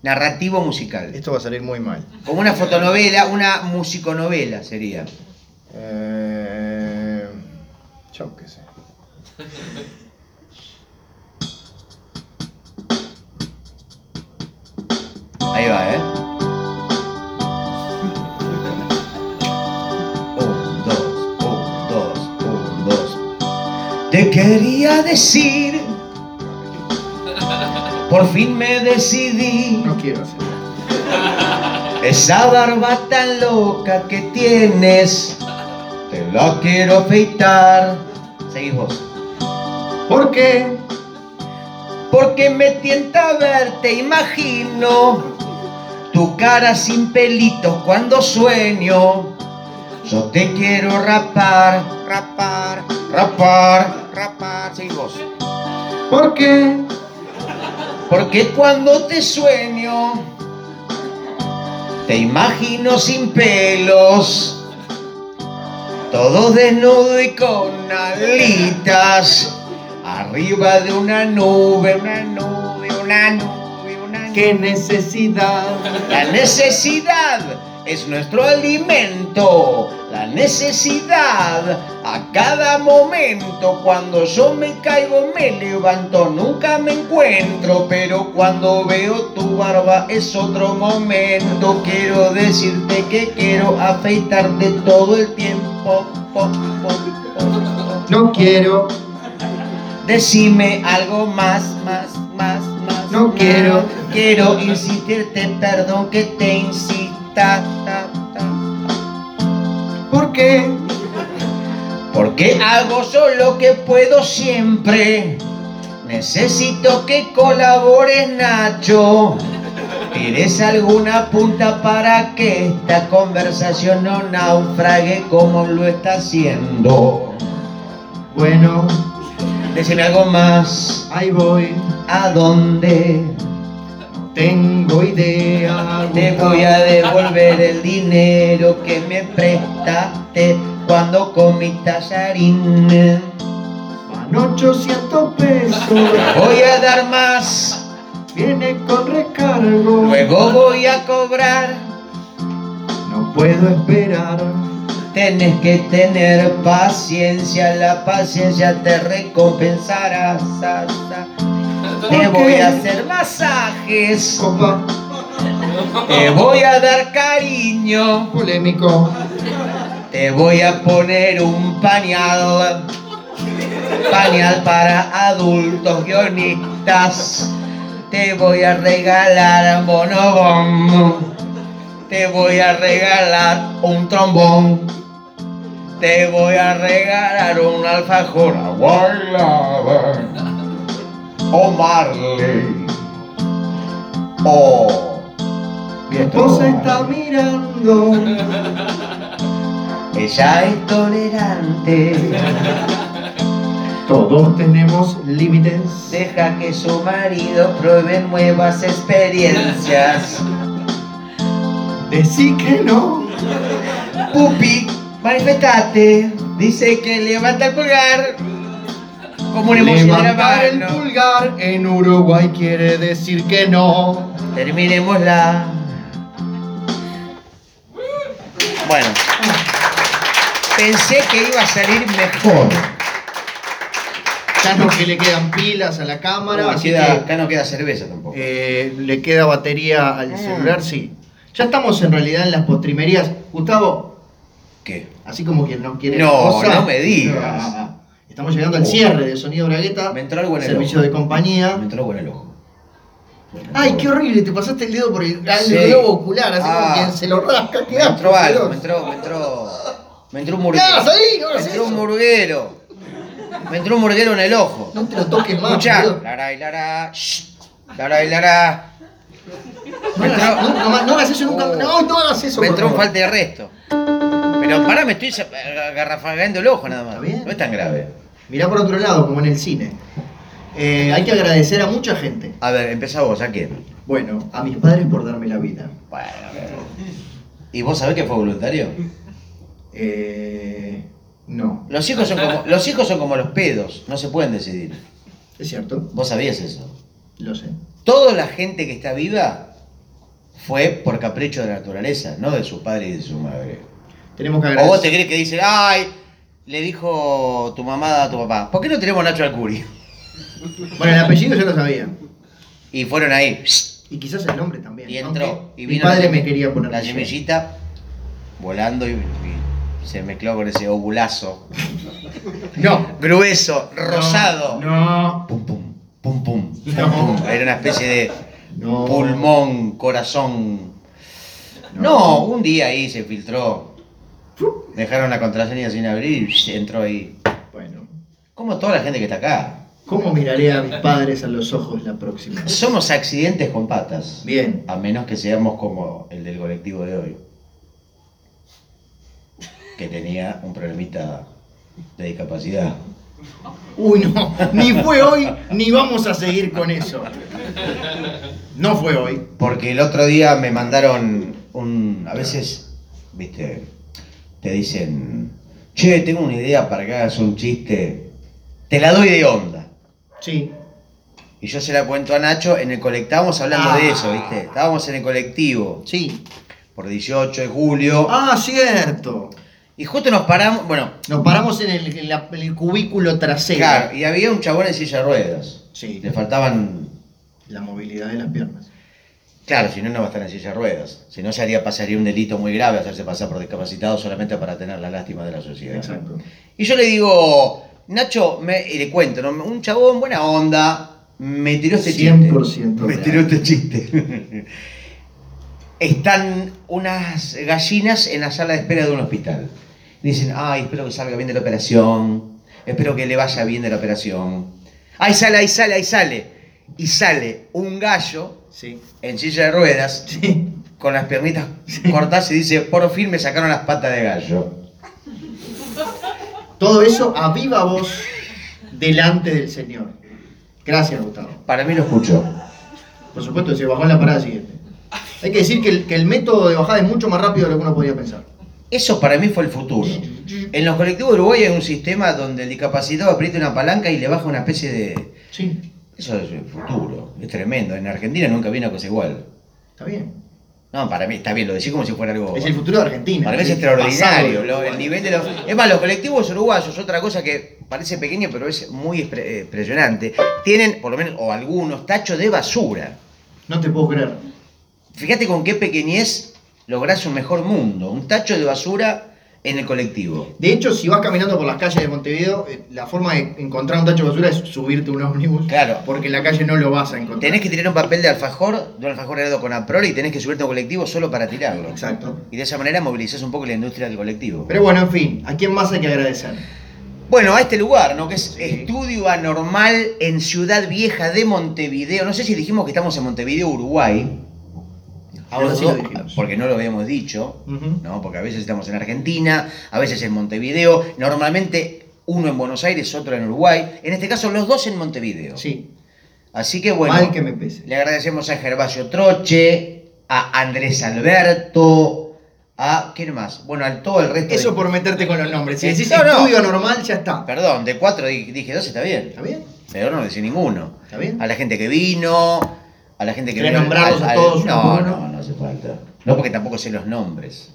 narrativo musical. esto va a salir muy mal. Como una fotonovela, una musiconovela sería. Eh, Yo qué sé. Ahí va, ¿eh? Un, dos, un, dos, un, dos. Te quería decir. Por fin me decidí. No quiero hacerlo. Esa barba tan loca que tienes. Te la quiero afeitar. Seguís vos. ¿Por qué? Porque me tienta verte, imagino tu cara sin pelitos cuando sueño. Yo te quiero rapar, rapar, rapar, rapar. Sí, vos. ¿Por qué? Porque cuando te sueño, te imagino sin pelos, todo desnudo y con alitas, arriba de una nube, una nube, una nube, una nube. ¿Qué necesidad? La necesidad es nuestro alimento. La necesidad a cada momento. Cuando yo me caigo, me levanto, nunca me encuentro. Pero cuando veo tu barba es otro momento. Quiero decirte que quiero afeitarte todo el tiempo. Po, po, po, po. No quiero, Decime algo más, más, más, más. No más. quiero. Quiero insistirte, perdón que te incita. ta, ta. ¿por qué? Porque hago solo que puedo siempre. Necesito que colabores, Nacho. ¿Tienes alguna punta para que esta conversación no naufrague como lo está haciendo? Bueno, Decime algo más. ahí voy, ¿A dónde? no tengo idea. Te Gustavo. voy a devolver el dinero que me prestaste cuando comí tallarín. Van 800 pesos, Voy a dar más, viene con recargo. luego voy a cobrar. No puedo esperar. Tenés que tener paciencia, la paciencia te recompensará. sa, sa. Te voy a hacer masajes, Copa, te voy a dar cariño, polémico. te voy a poner un pañal. pañal para adultos guionistas. Te voy a regalar monogón. Te voy a regalar un trombón. Te voy a regalar un alfajor. guayaba, O Marley. O. Mi esposa está mirando. Ella es tolerante. Todos tenemos límites. Deja que su marido pruebe nuevas experiencias. Decí que no. Pupi, manifestate. Dice que levanta el pulgar. Como una emoción de la Levantar el mano. pulgar en Uruguay quiere decir que no. Terminémosla. Bueno. Pensé que iba a salir mejor. Ya no que le quedan pilas a la cámara. Acá así queda- que, acá no queda cerveza tampoco. eh, le queda batería Ah. al celular, sí. Ya estamos en realidad en las postrimerías. Gustavo, ¿Qué? así como quien no quiere. No, cosa, no me digas. no. Estamos llegando al cierre de Sonido Bragueta. Me entró algo en el Servicio ojo. de compañía. Me entró algo en el ojo. Ay, qué horrible, te pasaste el dedo por el, al Sí. globo ocular, así Ah. como quien se lo rasca, qué Me entró algo, asco, me entró, me entró. Me entró un ¿Qué murguero. hagas ahí? ¿Qué Me hagas entró un eso? murguero. Me entró un murguero en el ojo. No te lo toques más, Escuchá. boludo. Lara y lara. shh, Lara y lara. No, hagas- no, no, no hagas eso nunca. Oh. No, no hagas eso. Me por entró un favor. falta de resto. Pero pará, me estoy agarrafagando el ojo nada más. Está bien. No es tan grave. Mirá por otro lado, como en el cine. Eh, hay que agradecer a mucha gente. A ver, empezá vos, ¿a quién? Bueno, a mis padres por darme la vida. Bueno, a ver. ¿Y vos sabés que fue voluntario? Eh, no, Los hijos, son como, los hijos son como los pedos, no se pueden decidir. es cierto, Vos sabías eso. lo sé. Toda la gente que está viva fue por capricho de la naturaleza, no de su padre y de su madre. Tenemos que O vos te agradecer. crees que dice, ay, le dijo tu mamá a tu papá, ¿por qué no tenemos Nacho Alcuri? Bueno, el apellido yo lo sabía. Y fueron ahí. Y quizás el nombre también. Y entró. aunque Y mi vino padre la- me quería poner La Guillermo. semillita volando y, y se mezcló con ese ovulazo. No. Grueso, rosado. No. Pum, pum, pum, pum. No. pum, pum. Era una especie de No. pulmón, corazón. No. un día ahí se filtró. Dejaron la contraseña sin abrir y se entró ahí. Bueno. Como toda la gente que está acá. ¿Cómo miraré a mis padres a los ojos la próxima? vez? Somos accidentes con patas. Bien. A menos que seamos como el del colectivo de hoy. Que tenía un problemita de discapacidad. Uy, no. Ni fue hoy, ni vamos a seguir con eso. No fue hoy. Porque el otro día me mandaron un. A veces, viste, te dicen. Che, tengo una idea para que hagas un chiste. Te la doy de onda. Sí. Y yo se la cuento a Nacho en el colectivo. Estábamos hablando de eso, Ah. viste. Estábamos en el colectivo Sí. por 18 de julio. Ah, cierto. Y justo nos paramos. Bueno, Nos paramos en el, en la- en el cubículo trasero. claro. Y había un chabón en silla de ruedas. Sí. Le faltaban La movilidad de las piernas. Claro, si no, no va a estar en silla de ruedas. Si no, se haría, pasaría un delito muy grave hacerse pasar por discapacitado solamente para tener la lástima de la sociedad. Exacto. Y yo le digo, Nacho, me, y le cuento, ¿no? un chabón buena onda me tiró este chiste. 100% Me real. tiró este chiste. Están unas gallinas en la sala de espera de un hospital. Dicen, ay, espero que salga bien de la operación. Espero que le vaya bien de la operación. Ahí sale, ahí sale, ahí sale. Y sale un gallo Sí. en silla de ruedas, con las piernitas cortadas y dice, por fin me sacaron las patas de gallo. Todo eso a viva voz delante del Señor. Gracias, Gustavo. Para mí lo escuchó. Por supuesto, se bajó en la parada siguiente. Hay que decir que el, que el método de bajada es mucho más rápido de lo que uno podría pensar. Eso para mí fue el futuro. En los colectivos de Uruguay hay un sistema donde el discapacitado aprieta una palanca y le baja una especie de... Sí, Eso es el futuro. Es tremendo. En Argentina nunca vi una cosa igual. está bien. No, para mí está bien, lo decís como si fuera algo... Es el futuro de Argentina. Para mí es el pasado de extraordinario. lo- Uruguay. el nivel de los... Es más, los colectivos uruguayos, otra cosa que parece pequeña pero es muy expre- eh, impresionante, tienen, por lo menos, o algunos, tachos de basura. No te puedo creer. Fíjate con qué pequeñez lográs un mejor mundo. Un tacho de basura en el colectivo. De hecho, si vas caminando por las calles de Montevideo, eh, la forma de encontrar un tacho de basura es subirte a un ómnibus. Claro. Porque en la calle no lo vas a encontrar. Tenés que tirar un papel de alfajor, de un alfajor helado con aprol y tenés que subirte a un colectivo solo para tirarlo. Exacto. Y de esa manera movilizás un poco la industria del colectivo. Pero bueno, en fin, ¿a quién más hay que agradecer? Bueno, a este lugar, ¿no? Que es Sí. Estudio Anormal en Ciudad Vieja de Montevideo. No sé si dijimos que estamos en Montevideo, Uruguay. Ahora Los sí lo dos, dijimos. Porque no lo habíamos dicho. Ujú. ¿no? Porque a veces estamos en Argentina, a veces en Montevideo, normalmente uno en Buenos Aires, otro en Uruguay, en este caso los dos en Montevideo. Sí, Así que bueno, mal que me pese. le agradecemos a Gervasio Troche, a Andrés Alberto, a ¿quién más? Bueno, a todo el resto. Eso de- por meterte con los nombres. Si Eh, decís no, no. estudio normal, ya está. Perdón, de cuatro di- dije dos, está bien. ¿Está bien? Pero no decir ninguno. ¿Está bien? A la gente que vino, a la gente que ¿Querés vino. al- nombrarlos a al- todos uno No, por uno? no, no hace falta. No porque tampoco sé los nombres.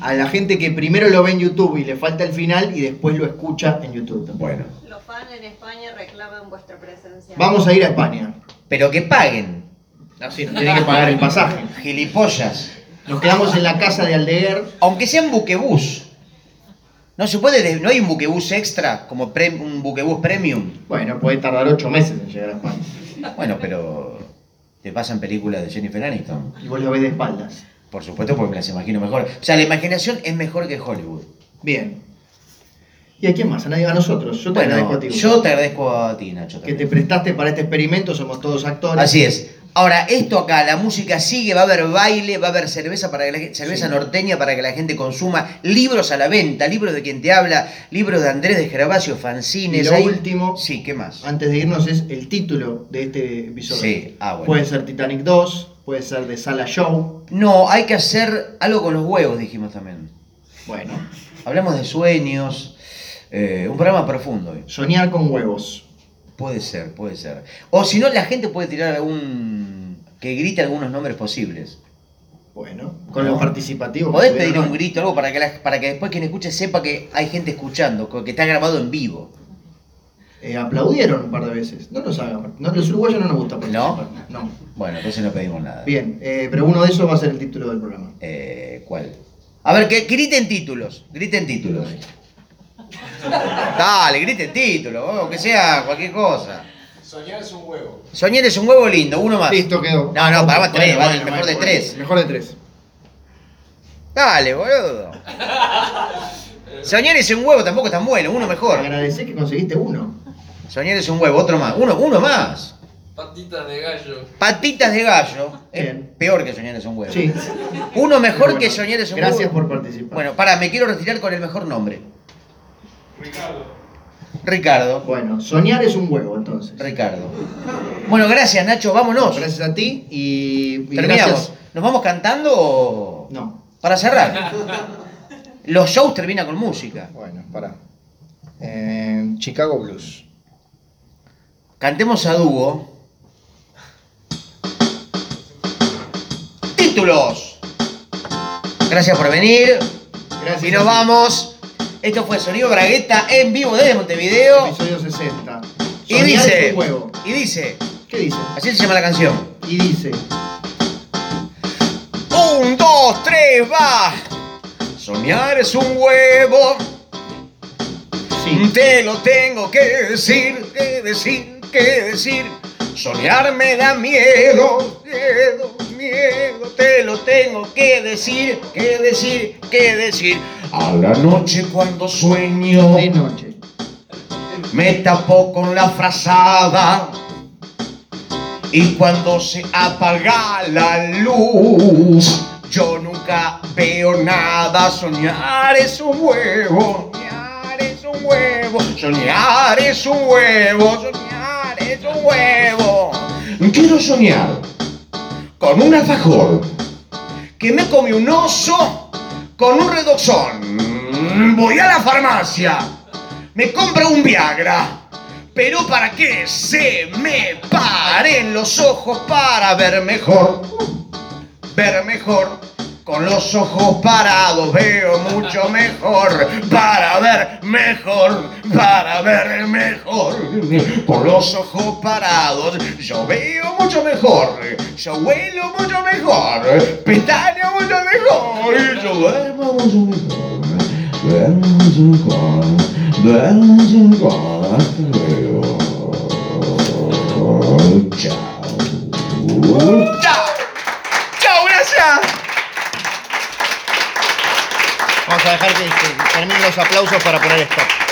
A la gente que primero lo ve en YouTube y le falta el final y después lo escucha en YouTube. también. Bueno. Los fans en España reclaman vuestra presencia. Vamos a ir a España. Pero que paguen, Así, nos tienen que pagar el pasaje. gilipollas. Nos quedamos en la casa de Aldeguer. aunque sea en buquebús. No se puede, des- no hay un buquebús extra, como pre- un buquebús premium. Bueno, puede tardar ocho meses en llegar a España. Bueno, pero te pasan películas de Jennifer Aniston. Y vos lo ves de espaldas. Por supuesto, porque me las imagino mejor. O sea, la imaginación es mejor que Hollywood. Bien. ¿Y a quién más? A nadie, a nosotros. Yo te agradezco a Bueno, ti. yo te agradezco a ti, Nacho. Que también. te prestaste para este experimento, somos todos actores. Así es. Ahora, esto acá, la música sigue, va a haber baile, va a haber cerveza para que la, gen- cerveza Sí. norteña para que la gente consuma, libros a la venta, libros de quien te habla, libros de Andrés de Gervasio, fanzines. Y lo hay- último- Sí, ¿qué más? Antes de irnos es el título de este episodio. Sí, ah, bueno. Puede ser Titanic 2, puede ser de Sala Show. No, hay que hacer algo con los huevos, dijimos también. Bueno, Hablamos de sueños, eh, un programa profundo hoy. soñar con huevos. Puede ser, puede ser. O si no, la gente puede tirar algún... que grite algunos nombres posibles. Bueno, con No. los participativos. que Podés tuvieron pedir un hoy. grito, algo para que, la- para que después quien escuche sepa que hay gente escuchando, que está grabado en vivo. Eh, aplaudieron un par de veces. No nos hagan. No, los uruguayos no nos gusta participar. No. Bueno, entonces no pedimos nada. Bien, eh, pero uno de esos va a ser el título del programa. Eh, ¿Cuál? A ver, que griten títulos, griten títulos. Dale, griten títulos, o que sea cualquier cosa. Soñar es un huevo. Soñar es un huevo lindo, uno más. Listo, quedó. No, no, pará, Bueno, tres, bueno, va, el bueno, mejor de bueno, tres. Mejor de tres. Dale, boludo. Soñar es un huevo, tampoco es tan bueno, uno mejor. Agradecé que conseguiste uno. Soñar es un huevo, otro más, uno, uno más. Patitas de gallo. Patitas de gallo, es Bien. peor que soñar es un huevo. Sí. Uno mejor Bueno, que soñar es un Gracias huevo. por participar. Bueno, para, me quiero retirar con el mejor nombre. Ricardo. Bueno, soñar es un huevo entonces. Ricardo. Bueno, gracias Nacho, vámonos. Gracias a ti y, y Terminamos. gracias. ¿Nos vamos cantando o.? No, Para cerrar. Los shows terminan con música. bueno, pará. Eh, Chicago Blues. Cantemos a dúo. Títulos. Gracias por venir. Gracias. Y nos a ti. vamos. Esto fue Sonido Bragueta en vivo desde Montevideo. Episodio 60. Y Soñar es dice. un huevo. Y dice. este ¿Qué dice? Así se llama la canción. Y dice. Un, dos, tres, va. Soñar es un huevo. Sí. Te lo tengo que decir, que decir, que decir. Soñar me da miedo, miedo, miedo. Te lo tengo que decir, que decir, que decir. A la noche cuando sueño, De noche. me tapo con la frazada. Y cuando se apaga la luz, yo nunca veo nada. Soñar es un huevo, soñar es un huevo, soñar es un huevo, soñar es un huevo. Quiero soñar con un alfajor que me come un oso con un redoxón. Voy a la farmacia, me compro un Viagra. Pero para que se me paren los ojos para ver mejor, ver mejor. Con los ojos parados veo mucho mejor, para ver mejor, para ver mejor. Con los ojos parados yo veo mucho mejor, yo huelo mucho mejor, pestaño mucho mejor, y yo duermo mucho mejor. Vernos un con, vernos un con, hasta luego. Chao. Chao. Chao, gracias. Vamos a dejar que que terminen los aplausos para poner stop.